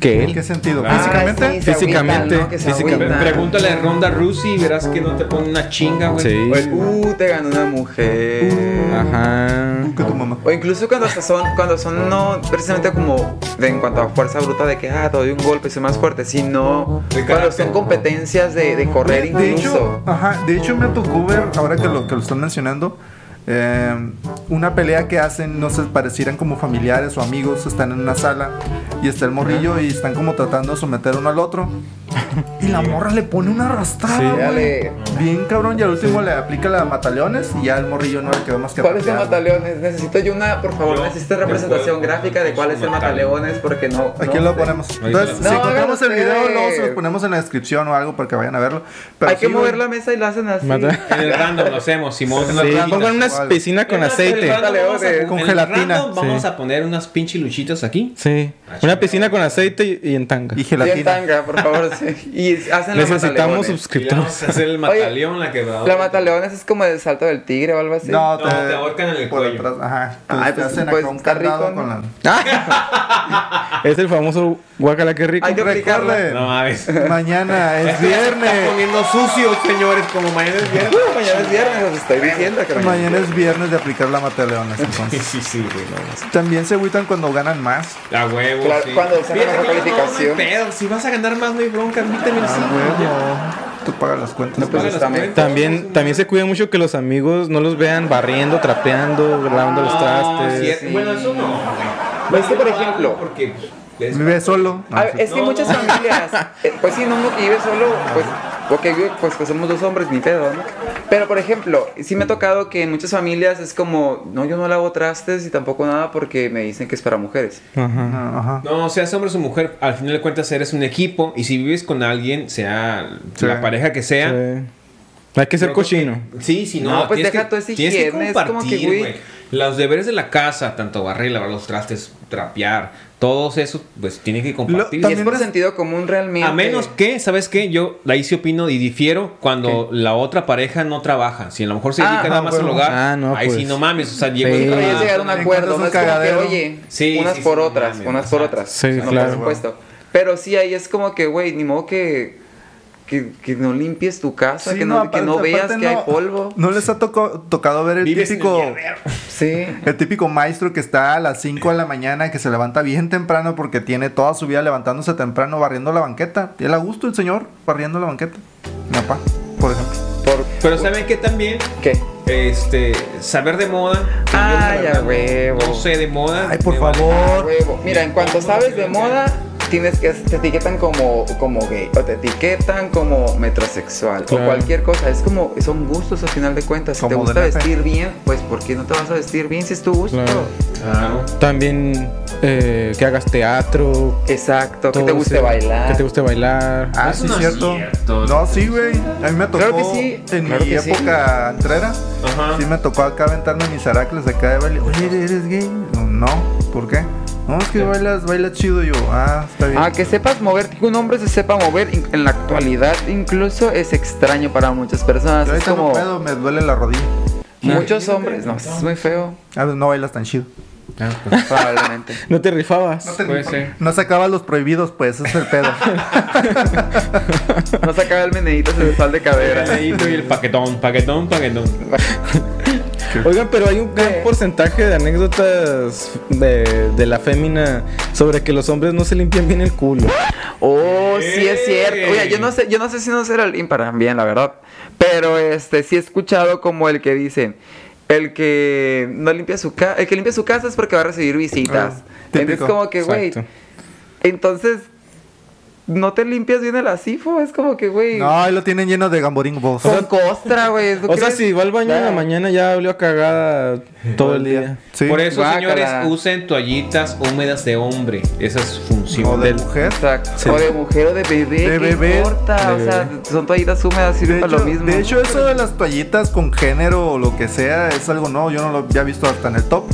S4: que
S3: ¿En qué
S4: él.
S3: sentido?
S2: Ah,
S3: ¿Físicamente?
S5: sí, se
S4: Físicamente,
S5: agüitan, ¿no? Que se
S4: físicamente.
S5: agüitan.
S2: Pregúntale a Ronda Rusi y verás que no te pone una chinga, güey.
S4: Sí.
S5: Pues, uh, te ganó una mujer.
S4: Uh. Ajá.
S3: Que tu mamá.
S5: O incluso cuando hasta son, cuando son no precisamente como de, en cuanto a fuerza bruta de que ah, te doy un golpe, soy más fuerte, sino
S2: De
S5: cuando
S2: carácter.
S5: son competencias de, de correr
S3: De hecho,
S5: incluso.
S3: ajá, de hecho me tocó ver, ahora que lo, que lo están mencionando, eh, una pelea que hacen, no sé, parecieran como familiares o amigos, están en una sala y está el morrillo y están como tratando de someter uno al otro. Y la morra le pone una arrastrada,
S4: Sí,
S3: güey.
S5: dale.
S3: Bien cabrón, y al último le aplica la de mataleones y ya el morrillo no le quedó más que
S5: ¿Cuál es el
S3: patear, güey.
S5: mataleones? Necesito yo una, por favor,
S2: Yo
S5: necesito
S2: te
S5: representación
S2: puedo
S5: gráfica de cuál es el mataleones porque no.
S3: Aquí
S5: no
S3: lo
S5: sé.
S3: ponemos.
S2: Ahí
S3: Entonces,
S2: está.
S3: si
S5: No,
S3: encontramos el
S5: háganlo
S3: video, luego se
S5: ustedes.
S3: lo ponemos en la descripción o algo para que vayan a verlo. Pero
S5: Hay que
S3: sí,
S5: mover
S3: güey.
S5: la mesa y la hacen así.
S4: Mata-
S2: En el random lo hacemos, Simón.
S3: Sí.
S2: En el random.
S4: Pongan una
S3: Igual.
S4: piscina con aceite.
S3: Con
S2: Con
S3: gelatina.
S2: gelatina. Vamos
S4: Sí.
S2: a poner unas pinches luchitas aquí.
S4: Sí. Una piscina con aceite y- y en tanga.
S3: Y
S5: Y en
S3: gelatina.
S5: tanga, por favor. sí. Y hacen la
S4: Necesitamos
S5: mataleones.
S2: Y le vamos
S4: suscriptores.
S2: a hacer el mataleón, la quebradora.
S5: La mataleones es como el salto del tigre o algo así.
S3: No,
S2: No, te ahorcan en el
S3: por
S2: cuello.
S3: atrás, ajá.
S5: Ay,
S3: Entonces, te
S5: pues,
S3: hacen
S5: pues,
S3: acá un
S5: está rico,
S3: candado
S5: ¿no?
S3: con la...
S4: Ah. Es el famoso guacala que rico.
S5: Hay que aplicarla.
S3: Recuerden,
S2: No mames.
S3: mañana es
S2: Está
S3: viernes.
S2: poniendo sucio, señores, como mañana es viernes.
S5: Mañana es viernes, os estoy diciendo que mañana.
S3: Mañana es viernes de aplicar la mataleones. Entonces.
S2: Sí, sí, güey, no mames.
S3: También se agüitan cuando ganan más.
S2: La huevo,
S5: Claro,
S2: sí.
S5: cuando sacan
S2: Fíjate
S5: la
S2: que no, no,
S5: calificación.
S2: no hay pedo, si vas a ganar más, no hay bronca, admíteme el
S5: Ah,
S2: sí.
S3: Huevo. Tú pagas las cuentas.
S5: pues,
S2: Paga Pues las
S5: también-
S2: cuentas.
S4: También, también se cuida mucho que los amigos no los vean barriendo, trapeando, lavando los
S2: No,
S4: trastes.
S2: sí, Bueno, eso no. güey.
S5: Es que, por ejemplo-
S2: Porque es-
S3: Vive solo. No,
S5: A
S3: Ah, sí.
S5: ver, Ah, es que
S2: No,
S5: muchas
S2: no.
S5: familias, eh, pues si no uno que vive solo, pues, porque vive- pues, pues somos dos hombres, ni pedo, ¿no? Pero por ejemplo, sí me ha tocado que en muchas familias es como, no, yo no lavo trastes y tampoco nada porque me dicen que es para mujeres.
S4: Ajá.
S3: No, ajá.
S2: No, seas hombre o mujer, al final de cuentas eres un equipo y si vives con alguien, sea
S3: Sí.
S2: la pareja que sea,
S4: Sí. Hay que ser
S2: Pero creo que-
S4: cochino.
S2: Sí, sí, no.
S5: No, pues
S2: tienes
S5: deja
S2: que-
S5: tú esa
S2: tienes
S5: higiene,
S2: que
S5: es como que,
S2: compartir,
S5: güey.
S2: güey. Los deberes de la casa, tanto barrer, lavar los trastes, trapear, todos esos, pues tienen que compartir.
S3: Lo-
S5: Y es
S3: También
S5: por
S3: es-
S5: sentido común realmente.
S2: a menos que, ¿sabes qué? Yo ahí sí opino y difiero cuando la otra pareja no trabaja. Si a lo mejor se
S5: Ah,
S2: dedica nada
S3: ah,
S2: más al
S3: huevo.
S2: hogar,
S4: Ah, no,
S2: ahí sí
S4: pues.
S2: no mames. O sea, llegó
S4: Sí.
S2: el
S5: Pero
S2: trabajo.
S5: ya
S3: Ah,
S5: llegar a un
S3: encuentras
S5: acuerdo,
S3: un
S5: no es como que,
S3: cagadero.
S5: oye,
S2: Sí,
S5: unas
S2: sí,
S5: por
S2: sí, no
S5: otras,
S2: mames,
S5: unas por
S2: exacto.
S5: otras.
S4: Sí,
S5: No,
S4: claro.
S5: Por supuesto. Pero sí, ahí es como que, güey, ni modo que, que, que no limpies tu casa,
S3: Sí,
S5: que, no, que
S3: aparte-
S5: no veas
S3: aparte
S5: que hay polvo.
S3: ¿No les ha toco- tocado ver el
S2: Vives en el
S3: típico...
S2: guerrero.
S5: Sí.
S3: El típico maestro que está a las 5 de la mañana, que se levanta bien temprano porque tiene toda su vida levantándose temprano, barriendo la banqueta. Y él a gusto el señor, barriendo la banqueta. Mi papá, por ejemplo.
S5: Por,
S2: Pero ¿saben qué también?
S5: ¿Qué?
S2: Este, saber de moda. que yo, la
S5: Ay, a
S2: verdad,
S5: huevo.
S2: No sé de moda.
S3: Ay, por
S2: me vale.
S3: favor.
S5: Huevo. Mira, en cuanto sabes de moda, tienes que te etiquetan como, como gay o te etiquetan como metrosexual
S4: Claro.
S5: o cualquier cosa. Es como son gustos al final de cuentas. Si te
S3: Como
S5: gusta
S3: del F.
S5: vestir bien, pues ¿por qué no te vas a vestir bien si es tu gusto?
S4: Claro.
S2: Claro.
S4: También eh, que hagas teatro.
S5: Exacto, que te
S4: todo
S5: guste
S4: ese-
S5: bailar.
S4: Que te guste bailar.
S3: Ah,
S2: Eso
S3: sí,
S2: no es
S3: cierto.
S2: cierto.
S3: No, sí, güey. A mí me tocó
S5: Claro que sí,
S3: en
S5: claro
S3: mi
S5: que sí.
S3: época entrera.
S2: Ajá.
S3: Sí me tocó acá aventarme mis aracles acá de baile. Oye, ¿eres gay? No, ¿por qué? No, es que bailas, bailas chido yo. Ah, está bien.
S5: Ah, que sepas moverte, que un hombre se sepa mover in- en la actualidad incluso es extraño para muchas personas.
S3: yo
S5: Es
S3: ahorita no
S5: como
S3: puedo, me duele la rodilla.
S5: muchos hombres, no, es muy feo,
S3: A ver, no bailas tan chido.
S5: probablemente.
S4: Ah, No te rifabas.
S2: Puede ser.
S3: No sacabas los prohibidos, pues, ese es el pedo.
S5: No sacaba el meneíto sensual de cadera.
S2: Paquetadito y el paquetón, paquetón, paquetón.
S4: Oigan, pero hay un gran porcentaje de anécdotas de, de la fémina sobre que los hombres no se limpian bien el culo.
S5: Oh, sí es
S2: ¡Ey!
S5: cierto. Oye, yo no sé, yo no sé si no será el ímpar bien, la verdad. Pero este sí he escuchado como el que dice, el que no limpia su casa, el que limpia su casa es porque va a recibir visitas.
S3: Ah,
S5: Entonces
S3: típico.
S5: como que, güey,
S4: Exacto.
S5: entonces no te limpias bien el asifo, es como que, güey,
S3: No, ahí lo tienen lleno de gamborín vos.
S5: con costra, güey. ¿tú
S4: O sea,
S5: crees? Ah,
S4: si va al baño en la
S5: Claro.
S4: mañana ya olió a cagada todo el día.
S3: Sí.
S2: Por eso,
S5: Guácala.
S2: señores, usen toallitas húmedas de hombre. Esa es su función.
S3: O de
S2: Del-
S3: mujer.
S5: Exacto.
S4: Sí.
S5: O de mujer o de bebé.
S3: De
S5: ¿qué
S3: bebé.
S5: Importa?
S4: De
S5: o sea,
S4: bebé.
S5: son toallitas húmedas,
S3: De
S5: sirven para
S3: hecho,
S5: lo mismo.
S3: de hecho, eso de las toallitas con género o lo que sea es algo nuevo. Yo no lo había visto hasta en el top.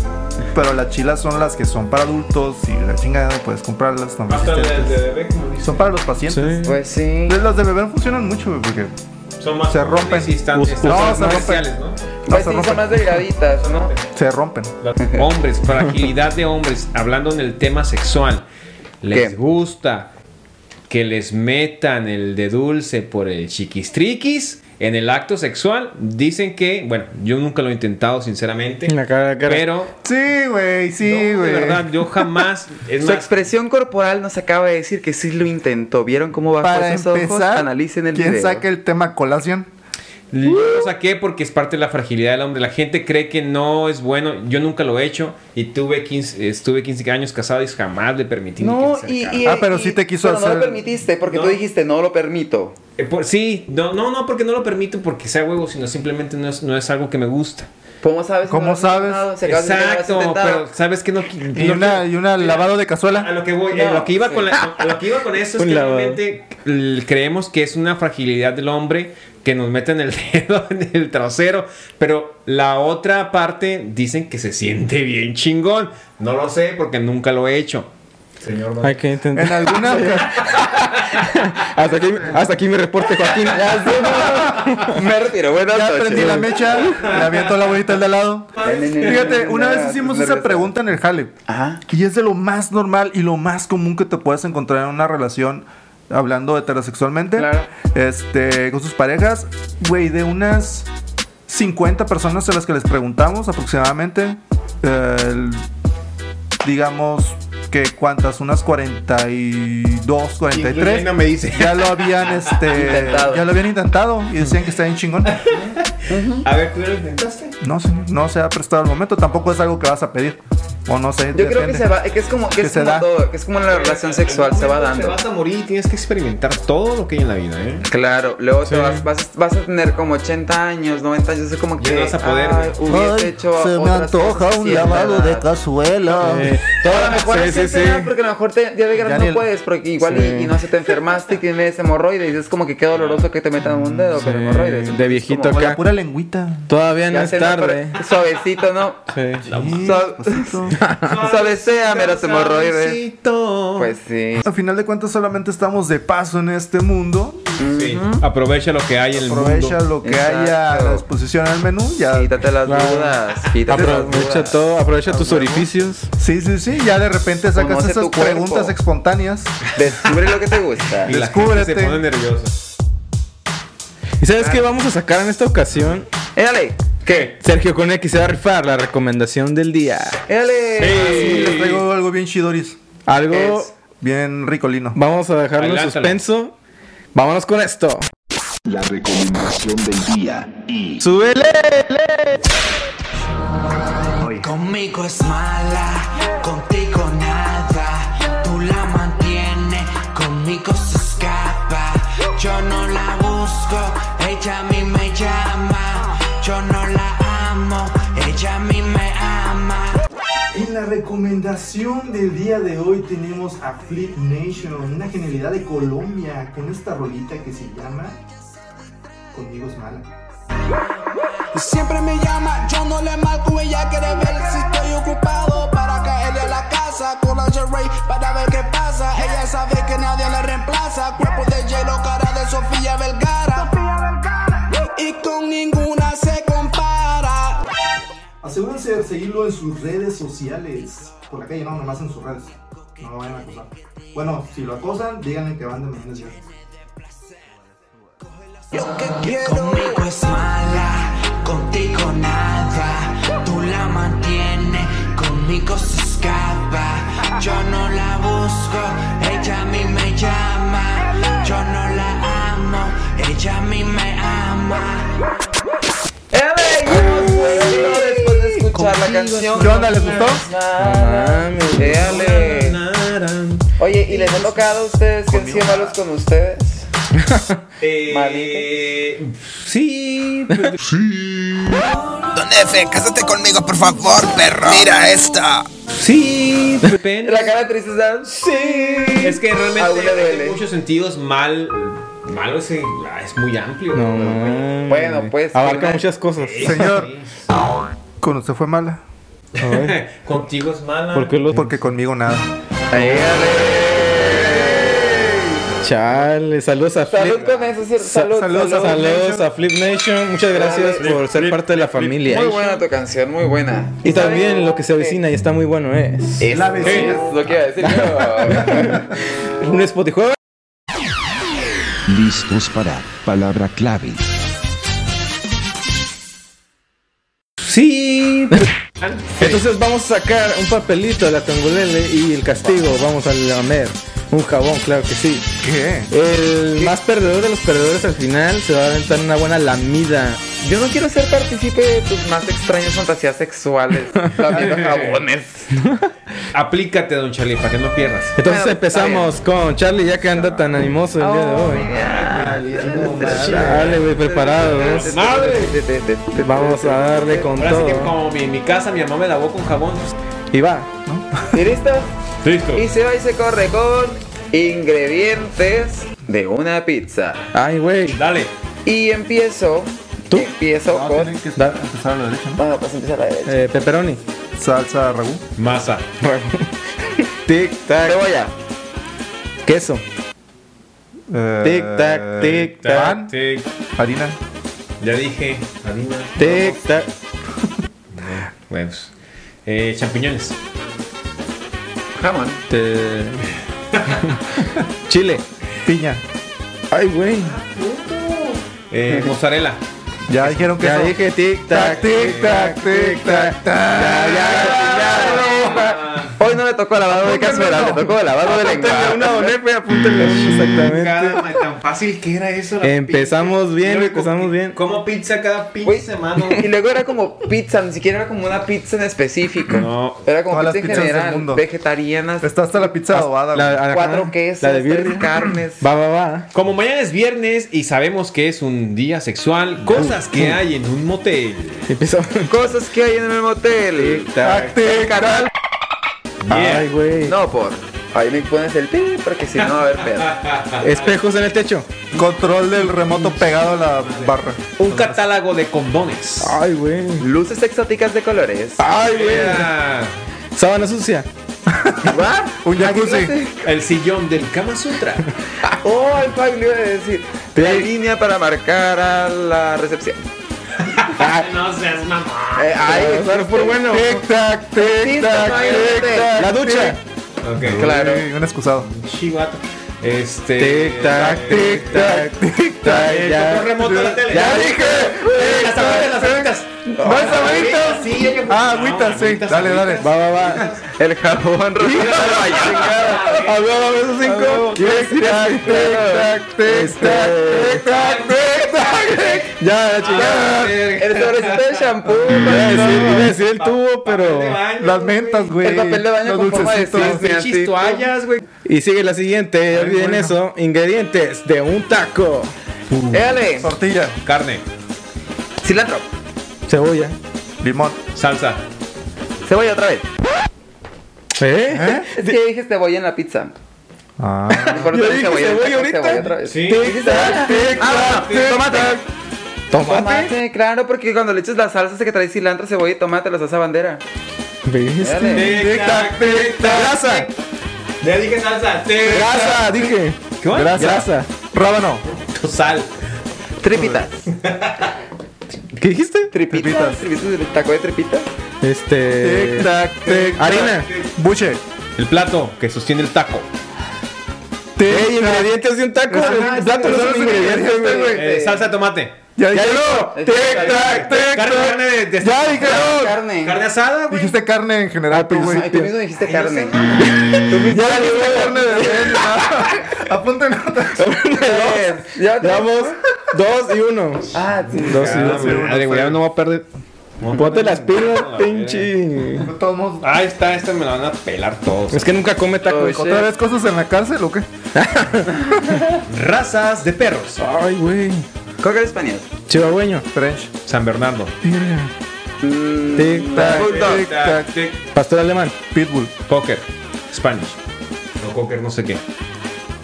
S3: pero las chilas son las que son para adultos y la chingada puedes comprarlas. no
S2: Hasta
S3: resistentes.
S2: las de bebé, como dicen,
S3: Son para los pacientes.
S4: Sí.
S5: Pues sí.
S3: Las de bebé no funcionan mucho güey, porque
S2: son más
S3: se rompen.
S2: y están-
S3: Us-
S2: están
S3: no,
S2: más
S3: se rompen.
S2: comerciales, ¿no?
S3: no
S5: Pues
S3: se
S5: sí, son más
S3: rompen.
S5: delgaditas, ¿no?
S3: Se rompen.
S2: Los hombres, fragilidad de hombres, hablando en el tema sexual, les
S5: ¿Qué?
S2: gusta que les metan el de dulce por el chiquistriquis en el acto sexual. Dicen que, bueno, yo nunca lo he intentado, sinceramente,
S4: En la cara, la cara.
S2: pero
S3: Sí, güey, sí,
S2: no,
S3: güey.
S2: de verdad, yo jamás. Es
S5: Su
S2: más,
S5: expresión corporal nos acaba de decir que sí lo intentó. ¿Vieron cómo bajó
S2: pues,
S3: Para
S5: sus ojos?
S3: empezar,
S5: Analicen el
S3: ¿quién
S5: video.
S3: saca el tema colación?
S2: yo lo saqué porque es parte de la fragilidad del hombre. La gente cree que no es bueno. Yo nunca lo he hecho y tuve 15, estuve 15 años casado y jamás le permití ni
S5: No,
S2: que se
S5: y,
S2: acercara.
S5: y-
S3: Ah, pero
S5: y-
S3: sí te quiso
S5: pero no
S3: hacer-
S5: lo permitiste, porque
S2: No.
S5: tú dijiste, no lo permito.
S2: Eh, por- sí, no, no, no, porque no lo permito porque sea huevo, sino simplemente no es, no es algo que me gusta.
S5: ¿Cómo sabes? que
S3: ¿Cómo
S5: no lo has
S3: sabes?
S5: intentado? Si acabas de decir que lo has
S2: Exacto,
S5: intentado.
S2: pero sabes que no. qui-
S3: Y
S2: no
S3: una,
S2: quiero-
S3: y una
S2: Mira,
S3: lavado de cazuela.
S2: A lo que voy, a
S5: No,
S2: lo que iba
S5: sí.
S2: con la- a lo que iba con eso es
S4: Un
S2: que
S4: lavado.
S2: realmente l- creemos que es una fragilidad del hombre que nos meten el dedo en el trasero, pero la otra parte dicen que se siente bien chingón. No lo sé porque nunca lo he hecho. Señor,
S4: Hay que
S3: En
S4: intentar.
S3: alguna oca-
S4: Hasta aquí, hasta aquí mi reporte, Joaquín.
S5: Me retiro, buenas
S3: ya
S5: noches.
S3: prendí la mecha, le aviento la bolita al de al lado. Fíjate, una vez hicimos esa pregunta en el Jale.
S5: pues Ajá.
S3: Y es de lo más normal y lo más común que te puedes encontrar en una relación hablando heterosexualmente.
S5: Claro.
S3: Este, con sus parejas, güey, de unas 50 personas a las que les preguntamos aproximadamente, el- digamos que cuántas, unas 42, 43
S2: no me dice.
S3: ya lo habían este
S5: Intentado.
S3: ya lo habían intentado y decían que está bien chingón.
S2: A ver, ¿tú ya lo intentaste?
S3: No sé, no se ha prestado el momento, tampoco es algo que vas a pedir. O no sé.
S5: Yo creo que
S3: depende.
S5: se va, que es como, que
S3: Que
S5: es
S3: se
S5: como
S3: da.
S5: todo, que es como la relación sexual, se va
S2: Te
S5: dando.
S2: vas a morir y tienes que experimentar todo lo que hay en la vida, ¿eh?
S5: Claro, luego te vas, vas, vas a tener como 80 años, 90 años, es como
S2: Ya
S5: que
S2: no vas a poder,
S5: ay,
S2: güey.
S5: hubiese
S7: Ay,
S5: hecho
S7: se me
S5: otras
S7: antoja
S5: cosas a
S7: un
S5: cierta
S7: lavado de
S5: edad.
S7: cazuela.
S4: Eh,
S5: A lo mejor
S4: sí,
S5: a
S4: sí, sí.
S5: cierta edad, porque a lo mejor te- ya de grande
S3: Ya ni
S5: no
S3: el-
S5: puedes, porque igual
S4: Sí.
S5: y, y no se te enfermaste y tienes hemorroides, es como que qué doloroso que te metan un dedo con
S4: Sí,
S5: hemorroides.
S4: de
S5: entonces,
S4: viejito
S5: como-
S3: O la
S4: acá.
S3: pura lengüita.
S4: Todavía no
S5: Ya
S4: es
S5: sé, ¿no?
S4: tarde.
S5: Pero Suavecito, ¿no?
S4: Sí.
S2: Mm.
S5: Suave- Suavecéame los hemorroides. Pues sí.
S3: Al final de cuentas solamente estamos de paso en este mundo.
S2: Sí. Aprovecha lo que hay en el
S3: Aprovecha
S2: mundo.
S3: lo que
S5: Exacto.
S3: haya a la disposición al menú. Ya.
S5: Quítate las
S4: Claro.
S5: dudas. Quítate las
S4: Aprovecha
S5: dudas.
S4: todo, aprovecha tus orificios.
S3: Sí, sí, sí. Ya de repente sacas
S5: Conoce
S3: esas
S5: tu cuerpo.
S3: preguntas espontáneas.
S5: Descubre lo que te gusta.
S2: Y la gente se
S3: Descúbrete.
S2: pone nerviosa.
S4: ¿Y sabes qué vamos a sacar en esta ocasión?
S5: Éale. ¿Qué?
S4: Sergio con X se va a rifar la recomendación del día.
S5: Éale.
S3: Sí, les traigo algo bien chidoris.
S4: Algo
S5: Es-
S3: Bien ricolino.
S4: vamos a dejarlo en
S2: Adelántalo.
S4: suspenso. Vámonos con esto.
S8: La recomendación del día y
S4: Súbele.
S6: Conmigo es mala, contigo nada. Tú la mantienes, conmigo se escapa. Yo no la busco, ella a mí me llama. Yo no la amo, ella a mí me ama.
S9: En la recomendación del día de hoy tenemos a Flip Nation, una genialidad de Colombia, con esta rolita que se llama Conmigo es mala.
S6: Siempre me llama, yo no le marco, ella quiere ver si estoy ocupado para caerle a la casa con lingerie para ver qué pasa. Ella sabe que nadie le reemplaza, cuerpo de hielo, cara de Sofía Vergara. Y con ninguna se compara.
S9: Asegúrense de seguirlo en sus redes sociales. Por la calle no, nomás en sus redes. No lo vayan a acosar. Bueno, si lo acosan, díganle que van de mañana. ya.
S6: Lo que quiero conmigo es mala, contigo nada. Tú la mantienes, conmigo se escapa. Yo no la busco, ella a mí me llama. Yo no la amo, ella a mí me ama.
S5: ¡Ele! Ya nos fuimos después de escuchar la canción.
S3: ¿Qué onda? ¿Les gustó?
S4: Mames.
S5: Éale. Oye, ¿y les ha tocado a ustedes que han sido malos con ustedes?
S2: Eh, sí, pues,
S6: Don F, cásate conmigo, por favor, perro. Mira esta.
S2: sí, depende.
S5: La cara de tristeza. Sí.
S2: Es que
S5: A uno
S2: realmente
S5: le
S2: en
S5: duele.
S2: muchos sentidos mal, malo es, es muy amplio.
S4: No, mames.
S5: Bueno, pues,
S4: Abarca
S5: una-
S4: muchas cosas.
S2: Sí,
S3: Señor.
S2: sí.
S3: Con usted fue mala.
S2: Contigo es mala.
S4: Porque los
S3: Porque conmigo nada.
S4: Chale, saludos a
S5: Salud
S4: Flip.
S5: con eso, sí,
S4: Sa-
S5: salud.
S4: saludos, a- saludos a Flip Nation. Muchas gracias
S2: Flip,
S4: por ser
S2: Flip,
S4: parte de la
S2: Flip,
S4: familia.
S5: Muy buena tu canción, muy buena.
S4: Y también lo que se avecina y está muy bueno es
S5: Es
S3: La vecina.
S5: lo que iba a decir yo.
S4: un Spotify.
S8: Listos para palabra clave.
S2: Sí.
S4: Entonces vamos a sacar un papelito de la tongolele y el castigo vamos a lamer un jabón, claro que sí.
S3: ¿Qué?
S4: El más perdedor de los perdedores al final se va a aventar una buena lamida.
S5: Yo no quiero ser partícipe de tus más extrañas fantasías sexuales. Lamiendo jabones.
S2: Aplícate, don Charlie, para que no pierdas.
S4: Entonces
S5: Bueno, está
S4: empezamos con Charlie ya que anda tan animoso el día de
S2: Oh,
S4: hoy. Dale, güey, preparados.
S5: Madre.
S4: Vamos a darle con
S2: Ahora sí que
S4: todo.
S2: como mi- en mi casa mi mamá me lavó con jabón.
S4: Y va.
S5: ¿Y listo?
S2: Listo.
S5: Y se va y se corre con ingredientes de una pizza.
S4: Ay, güey.
S2: Dale.
S5: Y empiezo.
S4: ¿Tú?
S5: Empiezo
S3: No,
S5: con.
S3: tienen que
S4: Da-
S3: empezar a la derecha, ¿no?
S5: Bueno, pues empieza a la derecha.
S4: Eh, pepperoni.
S3: Salsa ragú.
S2: Masa.
S4: Tic tac.
S5: Cebolla.
S4: Queso.
S3: Eh,
S4: Tic tac, tic
S3: Pan.
S4: tac.
S2: Tic.
S3: Harina.
S2: Ya dije. Harina.
S4: Tic tac.
S2: Huevos. Eh, champiñones.
S5: Jamón.
S4: Te- Chile.
S3: Piña.
S4: Ay, güey.
S2: Eh, mozzarella.
S3: Ya dijeron que
S4: Ya
S3: no.
S4: dije tic tac, tic tac, tic tac. Ya, ya,
S5: Hoy no le tocó lavado de cazuela, le tocó lavado de
S4: ya. Apúntenle
S5: lengua.
S4: una don Efe, apúntenle una, exactamente.
S2: Cada- tan fácil que era eso. la
S4: Empezamos
S2: pizza.
S4: bien,
S2: Yo
S4: empezamos
S2: como-
S4: bien.
S2: Como pizza cada
S5: Güey,
S2: pinche mano.
S5: Y luego era como pizza, ni siquiera era como una pizza en específico.
S2: No.
S5: Era como
S3: Todas las
S5: pizza en
S3: pizzas del
S5: general,
S3: mundo. Pues,
S5: vegetarianas,
S3: Está hasta la pizza adobada,
S4: La-
S3: güey.
S4: ajá,
S5: cuatro quesos,
S4: La de
S5: tres
S4: birria.
S5: carnes.
S4: Va, va, va.
S2: Como mañana es viernes y sabemos que es un día sexual, cosas que hay en un motel.
S4: Empezamos.
S5: Cosas que hay en el motel.
S4: Tic tac.
S5: El canal.
S2: Yeah.
S4: Ay, güey.
S5: No, por. Ahí me pones el pi, porque si no va a haber pedo.
S4: Espejos en el techo.
S3: Control del remoto pegado a la barra.
S2: Un catálogo de condones.
S4: Ay, güey.
S5: Luces exóticas de colores.
S3: Ah.
S4: Ay, güey.
S2: Yeah.
S4: Sábana sucia.
S5: ¿Va?
S3: Un jacuzzi.
S2: El sillón del Kama Sutra.
S5: Oh, el pack le iba a decir. La
S4: Sí.
S5: línea para marcar a la recepción.
S2: no seas mamá.
S5: Eh, ay,
S4: Claro, por bueno.
S3: Tic tac,
S5: Sí,
S3: tic tac,
S5: no hay este.
S3: tic
S5: orden.
S3: tac.
S4: La ducha.
S2: Ok.
S5: Claro.
S3: Uy, Un excusado.
S2: Chivato. Este.
S4: Tic tac, tic tac, tic tac.
S2: Ya. remoto a la tele.
S4: Ya eh,
S2: dije. Las aguitas, las aguitas.
S3: ¡Más agüitas!
S2: Sí, hay que-
S3: Ah, agüitas, sí.
S2: agüitas,
S3: Dale, dale.
S4: Va, va, va.
S5: El jabón rojo.
S4: A ver, a ver, esos cinco.
S3: Tic tac, tic tac, tic tac, tic tac, tic tac.
S4: Ya, la chingada.
S5: El sobrecito de shampoo.
S4: Iba a decir- iba a decir el tubo, pero.
S3: Las mentas, güey.
S5: El papel de baño
S3: Los
S5: con forma de
S3: dulcecitos.
S5: cisne.
S2: Pinches toallas, güey.
S4: Y sigue la siguiente, ya
S3: Ay,
S4: olviden
S3: bueno.
S4: eso. Ingredientes de un taco:
S5: Éale.
S3: Tortilla,
S2: Carne,
S5: Cilantro.
S4: cebolla.
S3: limón.
S2: salsa.
S5: Cebolla otra vez.
S4: ¿Eh?
S5: Es que dije cebolla en la pizza.
S3: Ah.
S5: Por
S4: Yo
S5: eso
S4: dije cebolla ahorita.
S5: Cebolla otra vez.
S2: Sí.
S5: Dije cebolla. Ah, bueno, tomate.
S4: Tomate.
S5: Tomate, claro, porque cuando le echas la salsa se que trae cilantro, cebolla y tomate, la salsa bandera.
S4: ¿Viste?
S5: Éale.
S2: tac, tic
S4: Grasa,
S2: Ya dije salsa. Tic,
S4: grasa, dije.
S2: ¿Qué?
S4: Grasa.
S3: Rábano.
S2: tac. Sal.
S5: Tripitas.
S4: ¿Qué dijiste?
S5: Tripitas. Tripitas. del Taco de tripitas.
S4: Este.
S3: Tic tac, tic tac.
S4: Harina.
S3: Buche.
S2: El plato que sostiene el taco.
S4: Ey, ingredientes de un taco.
S3: Ajá,
S4: El plato no
S3: sí,
S4: son
S3: sí,
S4: ingredientes,
S3: sí,
S4: güey.
S2: Eh, salsa de tomate.
S3: Ya dije.
S4: dijo.
S5: Tic, tac,
S2: Carne, carne de, de-
S3: Ya dije.
S5: Carne.
S2: carne asada, güey.
S3: Dijiste carne en general, tú, güey.
S5: Ay, tú mismo dijiste carne.
S3: Ya dijiste carne de res, ¿no? Apunten otra.
S5: Tres. Ya te-
S4: Llevamos dos y uno.
S5: Ah, sí.
S4: Dos y
S2: Ah,
S4: dos.
S2: madre, güey, ya no voy a perder.
S4: Ponte las pilas,
S2: Ah,
S4: pinche.
S3: De todos modos,
S2: Ah, esta, esta me la van a pelar todos.
S4: Es que nunca come
S5: Oh,
S4: tacos.
S5: shit.
S3: ¿Otra vez cosas en la cárcel o qué?
S2: Razas de perros.
S4: Ay, güey.
S5: Cocker español.
S4: Chihuahueño.
S3: French.
S2: San Bernardo.
S5: Mm,
S4: Tic, tac.
S5: Bulldog.
S3: Tic tac.
S4: Pastor alemán.
S3: Pitbull.
S2: Cocker. Spanish. No, cocker, no sé qué.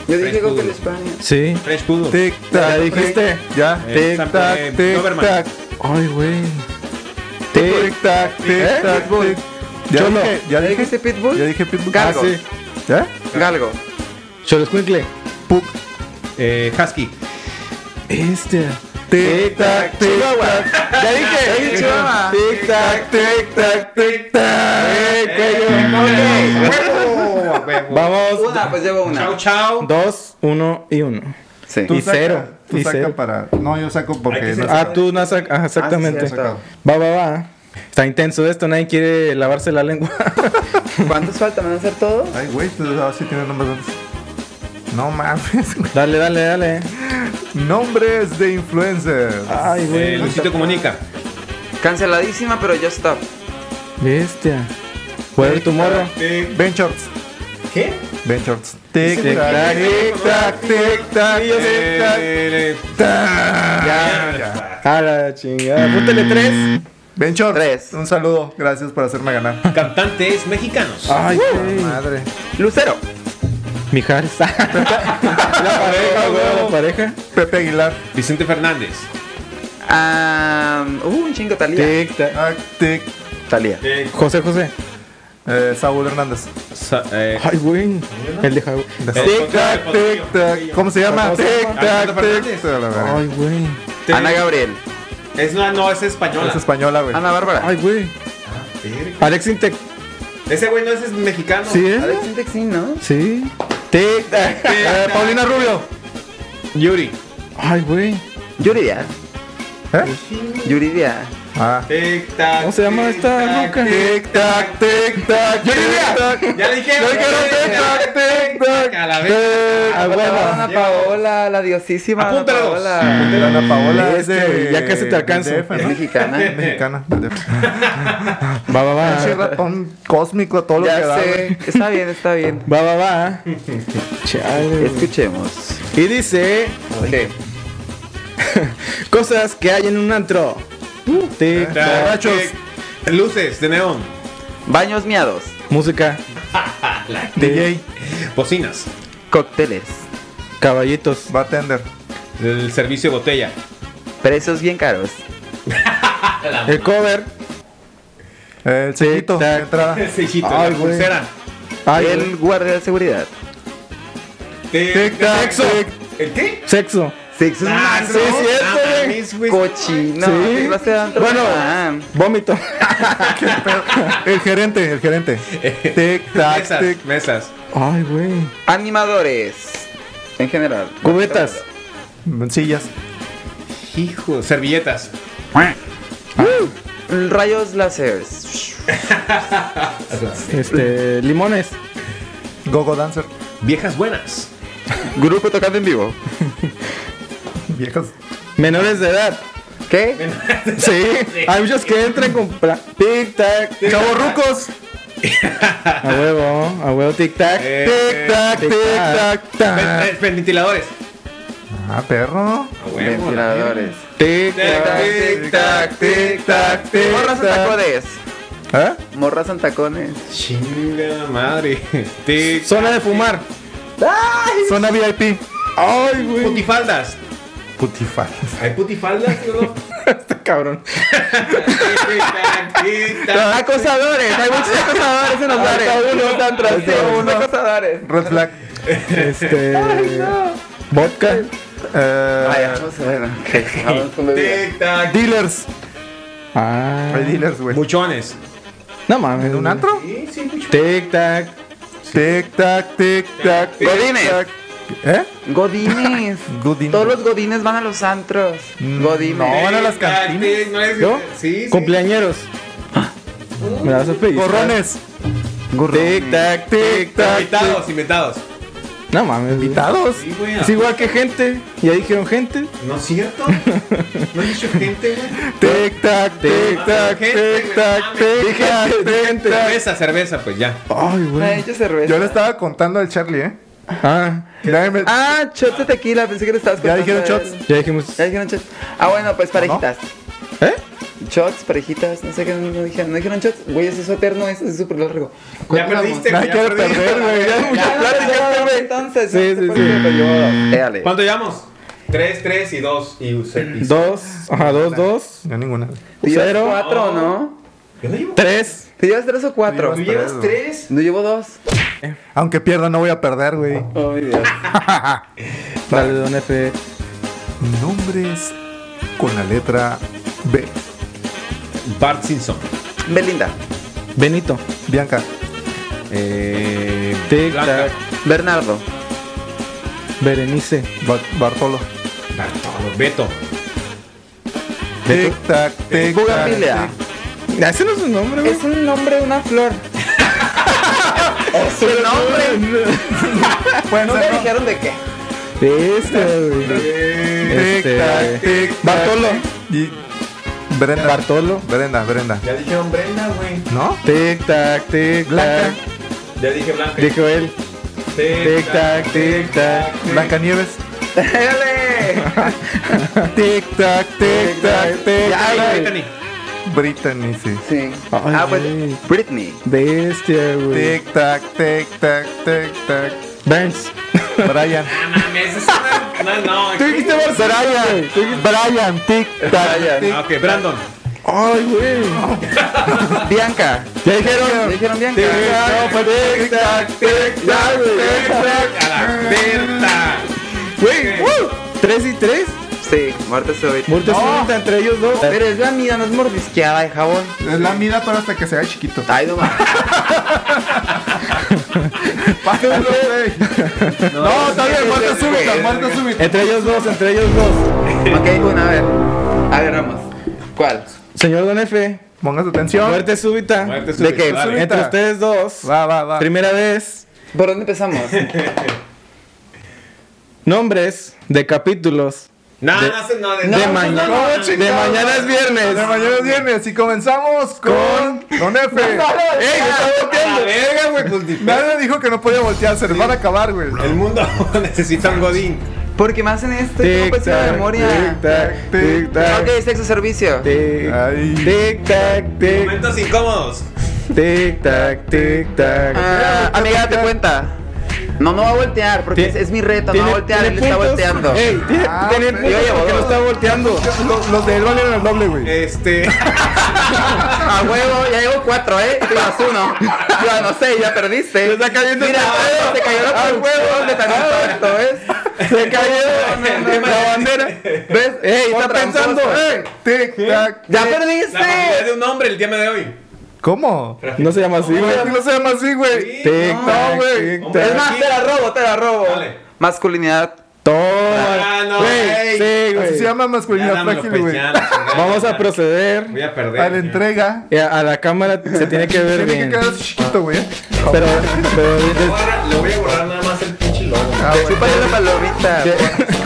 S5: Yo dije
S2: French
S5: Cocker
S2: Poodle.
S5: español.
S4: Sí.
S2: French Poodle.
S3: Tic
S4: Ya
S3: tac.
S4: dijiste.
S3: Ya.
S2: Eh,
S3: Tic
S2: Sam-
S3: tac,
S2: eh,
S3: tic
S2: Doberman.
S3: tac.
S4: Ay, güey. ¿Eh?
S3: ¿Eh? Tic tac, tic tac. tic, Ya
S4: Cholo.
S3: dije, ya
S5: ¿Ya
S3: dije,
S5: dijiste Pitbull?
S3: Ya dije Pitbull.
S5: Galgo.
S3: Ah, sí. ¿Eh?
S5: Galgo.
S4: Cholescuincle.
S3: Puc.
S2: Eh, Husky.
S4: Este.
S3: Tic tac, tic tac.
S4: Ya
S5: Ya dije Chihuahua.
S4: Tic tac, tic tac, tic tac. Eh, cuello.
S2: Eh,
S4: Vamos.
S5: Una, pues llevo una.
S2: Chao, chao.
S4: Dos, uno y uno.
S5: Sí.
S3: Tú
S4: Y
S3: saca,
S4: cero,
S3: Tú
S4: y
S3: saca
S4: cero.
S3: para. No, yo saco
S2: Hay que
S3: porque.
S2: ser-
S3: no-
S4: Ah, tú no sacas. Ajá, exactamente.
S5: cierto.
S4: va, va, va. Está intenso esto, nadie quiere lavarse la lengua.
S5: ¿Cuántos faltan? ¿Van a hacer todos?
S3: Ay, güey, tú ahora sí tienes nombres antes. No mames, güey.
S4: dale, dale, dale.
S3: Nombres de influencers.
S4: Ay,
S2: Eh, Luisito Comunica.
S5: Canceladísima, pero ya está.
S4: Bestia. Puede ver tu morro.
S3: Ben Shorts.
S2: ¿Qué?
S3: Ben Shorts. Tic
S4: Tic,
S3: tac,
S4: tac,
S3: tic tac, tic tac, tic tac.
S2: Eh,
S3: Ya, ya.
S4: A la chingada. Apúntale tres.
S3: Ben Shorts.
S5: Tres.
S3: Un saludo. Gracias por hacerme ganar.
S2: ah, Cantantes mexicanos.
S3: Ah.
S4: Ay, güey.
S3: Madre.
S5: Lucero.
S4: Mijares. la pareja, güey. La pareja.
S3: Pepe Aguilar.
S2: Vicente Fernández.
S5: Ah, uh, un chingo Talía.
S4: Tic, tac.
S3: Tac, tic.
S5: Talía.
S4: José, José.
S3: Eh, Saúl Hernández.
S2: Sa- eh,
S4: Ay, güey. El de Jaú.
S3: Tic tac, tic tac. ¿Cómo se llama?
S4: ¿Cómo se
S3: Tic
S4: llama?
S3: tac,
S2: Alberto
S3: tic
S2: Fernández.
S3: tac. La verga.
S4: Ay, güey.
S5: Ana Gabriel.
S2: es una, no, es española.
S3: Es española, güey.
S5: Ana Bárbara.
S4: Ay, güey. Alex Intec.
S2: Ese güey no es, es mexicano.
S4: ¿Sí ¿eh? es?
S5: Alex Intexin, ¿no?
S4: Sí. Tic, tac.
S3: Eh, Paulina Rubio.
S2: Yuri.
S4: Ay, güey.
S5: Yuridia.
S3: ¿Eh?
S5: Yuridia.
S3: Ah.
S2: Tic, tac,
S4: ¿Cómo se llama
S2: tic,
S4: esta
S2: tac,
S4: ruca?
S3: Tic tac, tic tac.
S4: Yo diría.
S3: tic, tac.
S2: Ya dije.
S3: Yo quiero tic tac, tic tac.
S2: A la vez.
S3: Tic.
S4: Ah, bueno.
S5: Ana Paola, la diosísima. Ana
S2: Apúntala dos.
S5: Paola.
S3: Ana Paola es
S4: Este,
S3: de-
S4: ya casi te alcanzo.
S3: del DF,
S5: Es
S3: ¿no?
S5: mexicana.
S3: Mexicana. del DF.
S4: Va, va,
S3: Pinche
S4: va.
S3: ratón cósmico a todo lo que
S5: Ya
S3: da.
S5: sé.
S3: güey.
S5: Está bien, está bien.
S4: Va, va, va. Chale.
S5: Escuchemos.
S4: Y dice
S5: ¿Qué?
S4: cosas que hay en un antro. Uh, Tic,
S2: Tac,
S4: tac.
S2: tic. Luces de neón.
S5: Baños miados.
S4: Música.
S3: DJ,
S2: Bocinas.
S5: Cócteles.
S4: Caballitos.
S3: bartender,
S2: El servicio de botella.
S5: Precios bien caros.
S4: El cover.
S3: el sellito de
S4: tac.
S3: entrada.
S2: Sellito.
S4: Ay,
S2: la
S4: güey.
S2: pulsera.
S4: Ay,
S5: el guardia de seguridad.
S2: Tic,
S3: Tic, tac,
S2: sexo.
S3: tic.
S2: ¿El qué?
S4: Sexo.
S5: Sexo es un
S2: Ah,
S5: antro.
S2: no,
S4: cierto,
S2: no
S4: güey.
S2: mames, güey.
S5: Cochino.
S4: Sí.
S5: ¿qué clase de antro?
S4: Bueno.
S5: Ah,
S4: Vómito.
S3: El gerente, el gerente. Tic tac,
S2: Mesas.
S3: tic.
S2: Mesas.
S4: Ay, güey.
S5: animadores. En general.
S4: Cubetas.
S3: Sillas.
S2: Hijo. Servilletas.
S5: Rayos láseres.
S4: Este, limones.
S3: Gogo dancer.
S2: Viejas buenas.
S5: Grupo tocando en vivo.
S3: Viejas.
S4: Menores de edad.
S5: ¿Qué?
S4: Sí. Hay muchos que entran con pla- tic tac.
S3: Chavorrucos.
S4: A huevo, a huevo tic tac.
S2: Eh,
S3: Tic tac, tic tac,
S4: Eh,
S2: Ven-
S3: tac.
S2: ven- Ventiladores.
S3: Ah, perro.
S2: A huevo, la mierda.
S5: Ventiladores.
S2: Tic,
S4: Tic tac.
S2: tac, tic, tac, tic, tac, tic.
S5: Morras en tacones. ¿Ah?
S3: ¿Eh?
S5: Morras en tacones.
S2: Chinga madre. Tic.
S4: Zona de fumar.
S3: Zona VIP.
S4: Ay, güey.
S2: Putifaldas.
S3: Putifalas.
S2: ¿Hay putifaldas, tío, no?
S4: Cabrón.
S5: Acosadores. Hay muchos acosadores en los bares. uno están tras acosadores.
S3: Red flag.
S4: Este. Vodka.
S3: Eh,
S5: Ay, vamos a ver. ok, vamos con bebida.
S2: Tic, tac.
S3: dealers.
S4: Ah.
S3: Hay dealers, güey.
S2: Buchones.
S4: No mames.
S3: ¿Un antro?
S4: Tic tac.
S3: Tic tac, tic tac. tic,
S5: Godines.
S3: tac. ¿Eh?
S5: Godines.
S3: Godines.
S5: Todos los godines van a los antros.
S3: Mm,
S5: Godines.
S3: no. Ahora las
S2: Tic, tac,
S3: cantinas.
S2: tic, no es-
S4: ¿Yo?
S2: Sí, sí.
S4: Cumpleañeros. Ah. Me la vas a pedir.
S3: Gorrones.
S4: Tic tac, tic tac.
S2: Invitados, invitados.
S4: No mames. güey.
S3: Invitados.
S2: Sí, güey.
S4: Es igual que gente. Ya dijeron gente.
S2: ¿No es cierto? ¿No he dicho gente, güey?
S3: Tic tac, tic tac, tic tac, tic tac, tic tac.
S2: Cerveza, cerveza, pues ya.
S4: Ay,
S5: Me ha
S4: güey.
S5: hecho cerveza.
S3: Yo le estaba contando al Charlie, ¿eh?
S4: Ah,
S3: Ya, me-
S5: Ah, shots de tequila. Pensé que le estabas
S3: ya
S5: contando
S3: dijeron
S5: a
S3: shots.
S5: él.
S4: ya dijimos.
S5: Ya dijeron shots. Ah, bueno, pues parejitas.
S4: ¿Eh?
S5: Shots, parejitas, no sé qué no dijeron. No dijeron shots. Güey, ese es eterno, ese es súper largo.
S2: Ya
S5: Continuamos.
S2: perdiste,
S3: No
S2: güey. ya
S3: quiero
S2: perdiste.
S3: perder, güey. Ya es
S5: Ya,
S3: mucha
S5: no,
S3: plática.
S5: no, no, Entonces,
S4: Sí, sí, sí.
S5: sí.
S2: ¿Cuánto llevamos? 3, 3 y 2. Y usted.
S4: Dos. Ajá, dos, dos.
S3: No, ninguna.
S5: Días
S4: Cero.
S5: cuatro, ¿no?
S2: Yo no llevo.
S4: Tres.
S5: ¿Te llevas tres o cuatro?
S2: ¿Tú llevas tres?
S5: No llevo dos.
S3: Aunque pierda, no voy a perder, güey.
S4: Dale, don F.
S3: Nombres con la letra B.
S2: Bart Simpson.
S5: Belinda.
S4: Benito.
S3: Bianca.
S2: Eh,
S4: Tic
S2: Blanca.
S4: tac.
S5: Bernardo.
S4: Berenice.
S3: Ba- Bartolo.
S2: Bartolo. Beto.
S3: Tic tac, tic
S5: Bugambilia.
S3: tac.
S4: Ah, Ese no es un nombre, güey.
S5: Es un nombre de una flor. es un nombre.
S3: Bueno,
S5: ¿No le dijeron de qué?
S4: Este, güey.
S3: tic tac,
S4: Este-
S3: tic.
S4: Bartolo.
S3: Y Brenda.
S4: Bartolo.
S3: Brenda, Brenda.
S2: Ya dijeron Brenda, güey.
S3: ¿No?
S4: Tic tac, tic
S3: Blanca.
S4: tac.
S2: Ya dije Blanca.
S4: Dijo él. Tic tac, tic tac.
S3: Blancanieves.
S5: ¡Dale!
S3: Tic tac, tic tac, tic
S5: Ya,
S3: tac.
S5: güey.
S2: Brittany.
S3: Brittany, sí.
S5: Sí.
S4: Ay,
S5: ah, pues
S4: güey.
S5: Britney.
S4: Bestia, güey.
S3: Tic tac, tic tac, tic tac.
S4: Burns.
S3: Brian.
S2: No,
S4: Tú dijiste Barcelona. güey. Tú dijiste-
S3: Brian, tic tac.
S2: Ah,
S3: tic.
S2: Ok, Brandon.
S4: Ay, güey.
S5: Bianca.
S4: Ya dijeron. pues,
S5: ¿Le dijeron Bianca?
S4: Tic tac, tic tac, tic tac, tic tac.
S2: A la Berta.
S4: Güey, ¡uh! ¿Tres y tres?
S5: Sí, muerte súbita.
S4: Muerte súbita entre ellos dos.
S5: Pero es la mía, no es mordisqueada de jabón.
S3: Es la mida, pero hasta que se vea chiquito.
S5: Ay, no más.
S3: Pásalo, güey. No, está bien, muerte súbita, muerte súbita.
S4: Entre ellos dos, entre ellos dos.
S5: Ok, una, a ver. A ver, vamos. ¿Cuál?
S4: Señor Don F,
S3: Pongas atención.
S4: muerte súbita.
S2: Muerte
S5: ¿De qué?
S2: súbita, dale.
S4: Entre ustedes dos.
S3: Va, va, va.
S4: Primera vez.
S5: ¿Por dónde empezamos?
S4: Nombres de capítulos.
S2: No,
S4: De-
S2: no, se- no, de,
S4: de
S2: no,
S4: mañana.
S2: no, no, no.
S4: de mañana es viernes.
S3: De mañana es viernes y comenzamos con Don F.
S4: ¡Ey! está
S2: A la
S4: volteando!
S2: verga, güey, pues, di-
S3: Nadie dijo que no podía voltear, se les van a acabar, güey.
S2: El mundo necesita un godín.
S5: Porque este, me hacen esto, tengo
S4: Tic
S5: pésima
S4: tac,
S5: pues, memoria.
S4: tic tac, tic
S5: Ok,
S4: tac.
S5: sexo servicio.
S4: Tic
S3: Ay.
S4: tic tac, tic
S2: Momentos incómodos.
S4: tic tac, tic tac.
S5: Ah, amiga, te cuenta. No, no va a voltear, porque es,
S4: Tiene-
S5: es mi reto, no va
S4: Tiene-
S5: a voltear, él
S4: tiene
S5: está
S4: puntos. Eh.
S5: volteando.
S4: Ey, tiene,
S3: Ah,
S4: tiene
S3: pero-
S4: puntos
S5: Yo llevo
S4: porque no
S5: dos.
S4: está volteando.
S3: Los, los de él valieron el doble, güey.
S2: Este.
S5: A huevo, ya llevo cuatro, ¿eh? Tú llevas uno. Ya no sé, ya perdiste.
S4: Le está cayendo
S5: Mira,
S4: el
S5: se cayó
S4: Ah,
S5: la huevo de tan esto, ¿ves?
S4: Se cayó
S5: No, no, no.
S4: la bandera.
S5: ¿Ves?
S4: Ey,
S5: Por
S4: está pensando.
S5: tramposo.
S4: Ey.
S3: Tic tac.
S5: ¡Ya
S2: La familia
S5: perdiste!
S2: de un hombre el día de hoy.
S3: ¿Cómo?
S4: No se llama así, güey.
S3: Güey, no se llama así, güey.
S2: Sí,
S4: Tic
S2: no.
S4: tac,
S3: güey.
S4: tic
S2: Hombre,
S5: Es
S4: tac.
S5: más, te la robo, te la robo.
S2: Dale.
S5: Masculinidad.
S2: Ah,
S4: Toma.
S2: no,
S4: Güey,
S2: ey.
S3: Así
S4: sí, güey.
S3: se llama
S2: Ya,
S3: masculinidad
S2: dámelo,
S3: frágil,
S2: pues,
S3: güey.
S2: ya, la chingada.
S4: Vamos a
S2: Voy
S4: proceder.
S2: a perder.
S3: A
S2: ya.
S3: la entrega.
S4: Eh, A la cámara se tiene que ver
S3: Tiene que
S4: bien.
S3: quedar chiquito, güey. ¿eh?
S4: Pero, pero
S2: Le voy a- Le voy a borrar nada más el pinche logo.
S3: Ah, güey.
S5: Chúpale la palomita.
S4: de-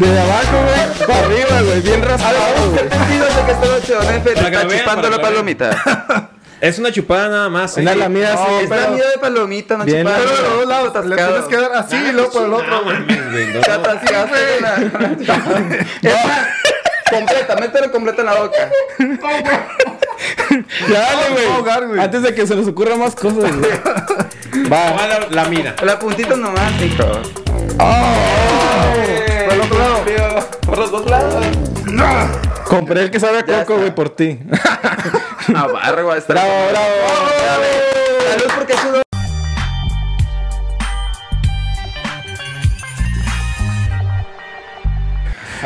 S4: desde abajo, güey, para arriba, güey, bien raspado, güey.
S5: Sentido de que estaba Chedonefe, te
S2: Para que
S5: está
S2: lo vean,
S5: chupando
S2: para que
S5: la
S2: lo vean.
S5: palomita.
S2: Es una chupada nada más.
S4: Una
S2: ¿eh?
S4: lamida
S3: No,
S4: así.
S5: Está
S3: pero-
S5: miedo de palomita, no
S4: Bien,
S5: chupada.
S3: Pero de los dos lados, le
S5: Atascado.
S3: tienes que dar así y luego por el otro, güey.
S5: Te atascaste con la- Es más, Completa, mételo completo en la boca.
S4: Ya
S3: me voy a ahogar,
S4: dale,
S3: güey.
S4: güey. Antes de que se nos ocurran más cosas, güey. Va.
S2: la, la mina.
S5: La puntita nomás, hijo.
S3: Por el otro lado.
S5: Por los dos lados.
S4: Compré el que sabe a
S5: Ya
S4: coco,
S5: está.
S4: güey, por ti.
S5: Ah, barro, va a estar.
S4: Bravo, bravo.
S5: Salud porque es un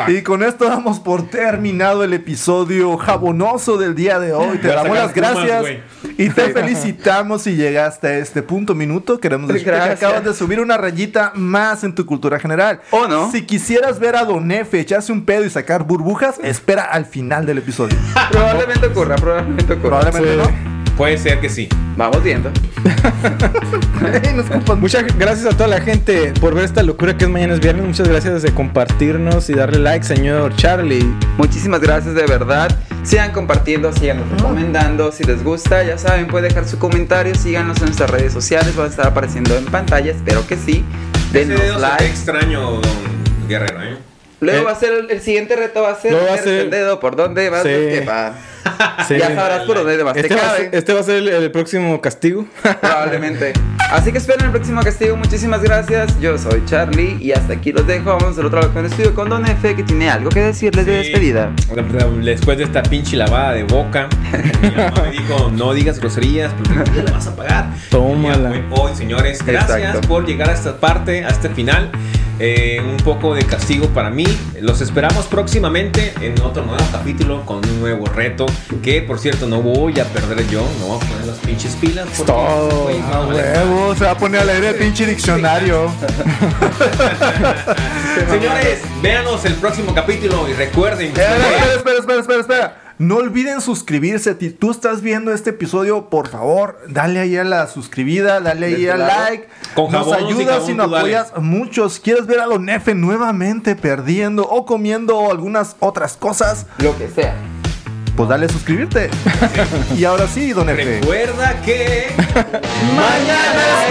S3: Y con esto damos por terminado el episodio jabonoso del día de hoy. Te
S2: Voy a
S3: damos las
S2: sacar plumas,
S3: gracias y te felicitamos si llegaste a este punto minuto. Queremos decirte
S5: Gracias.
S3: que acabas de subir una rayita más en tu cultura general.
S5: ¿O no?
S3: Si quisieras ver a Don Efe echarse un pedo y sacar burbujas, espera al final del episodio.
S5: Probablemente ocurra, probablemente ocurra.
S3: Probablemente
S2: Puede ser que sí.
S5: Vamos viendo.
S3: no. Ey, no escupas mucho.
S4: Muchas gracias a toda la gente por ver esta locura que es mañana es viernes. Muchas gracias de compartirnos y darle like, señor Charlie.
S5: Muchísimas gracias de verdad. Sigan compartiendo, sigan recomendando. Si les gusta, ya saben, pueden dejar su comentario. Síganos en nuestras redes sociales. Van a estar apareciendo en pantalla. Espero que sí.
S2: Ese
S5: Denos
S2: dedo se ve
S5: like.
S2: extraño, don Guerrero, ¿eh?
S5: Luego
S4: Eh,
S5: va a ser el, el siguiente reto va a ser,
S4: luego va a
S5: meterse
S4: ser-
S5: el dedo por dónde vas
S4: Sí.
S5: que va.
S4: Sí.
S5: Ya sabrás por dónde vas, te
S4: Este va, a
S5: cabe.
S4: ser, este va a ser el, el próximo castigo.
S5: Probablemente. Así que esperen el próximo castigo. Muchísimas gracias. Yo soy Charlie y hasta aquí los dejo. Vamos al otro lado con el estudio con Don Efe que tiene algo que decirles de
S2: Sí.
S5: despedida.
S2: Después de esta pinche lavada de boca, mi mamá me dijo, no digas groserías, porque un día la vas a pagar.
S4: Tómala.
S2: Y ya fue Hoy, señores, gracias
S5: Exacto.
S2: por llegar a esta parte, a este final. Eh, un poco de castigo para mí. Los esperamos próximamente en otro nuevo capítulo con un nuevo reto. Que por cierto, no voy a perder yo. No voy a poner las pinches pilas. porque,
S3: Todo.
S2: güey,
S3: A
S2: no, vale.
S3: Ah, huevo, se va a poner a leer el pinche diccionario.
S2: Señores, véanos el próximo capítulo y recuerden. que-
S3: Espera, espera, espera, espera, espera, espera. No olviden suscribirse. Si tú estás viendo este episodio, por favor, dale ahí a la suscribida, dale ahí
S5: De
S3: al
S5: este lado.
S3: like.
S2: Con
S3: nos
S2: jabón, sin
S3: ayudas
S2: jabón,
S3: y nos
S2: tú dale.
S3: apoyas muchos. ¿Quieres ver a Don Efe nuevamente perdiendo o comiendo o algunas otras cosas?
S5: Lo que sea.
S3: Pues dale a suscribirte. y ahora sí, Don Efe.
S2: Recuerda que.
S3: Mañana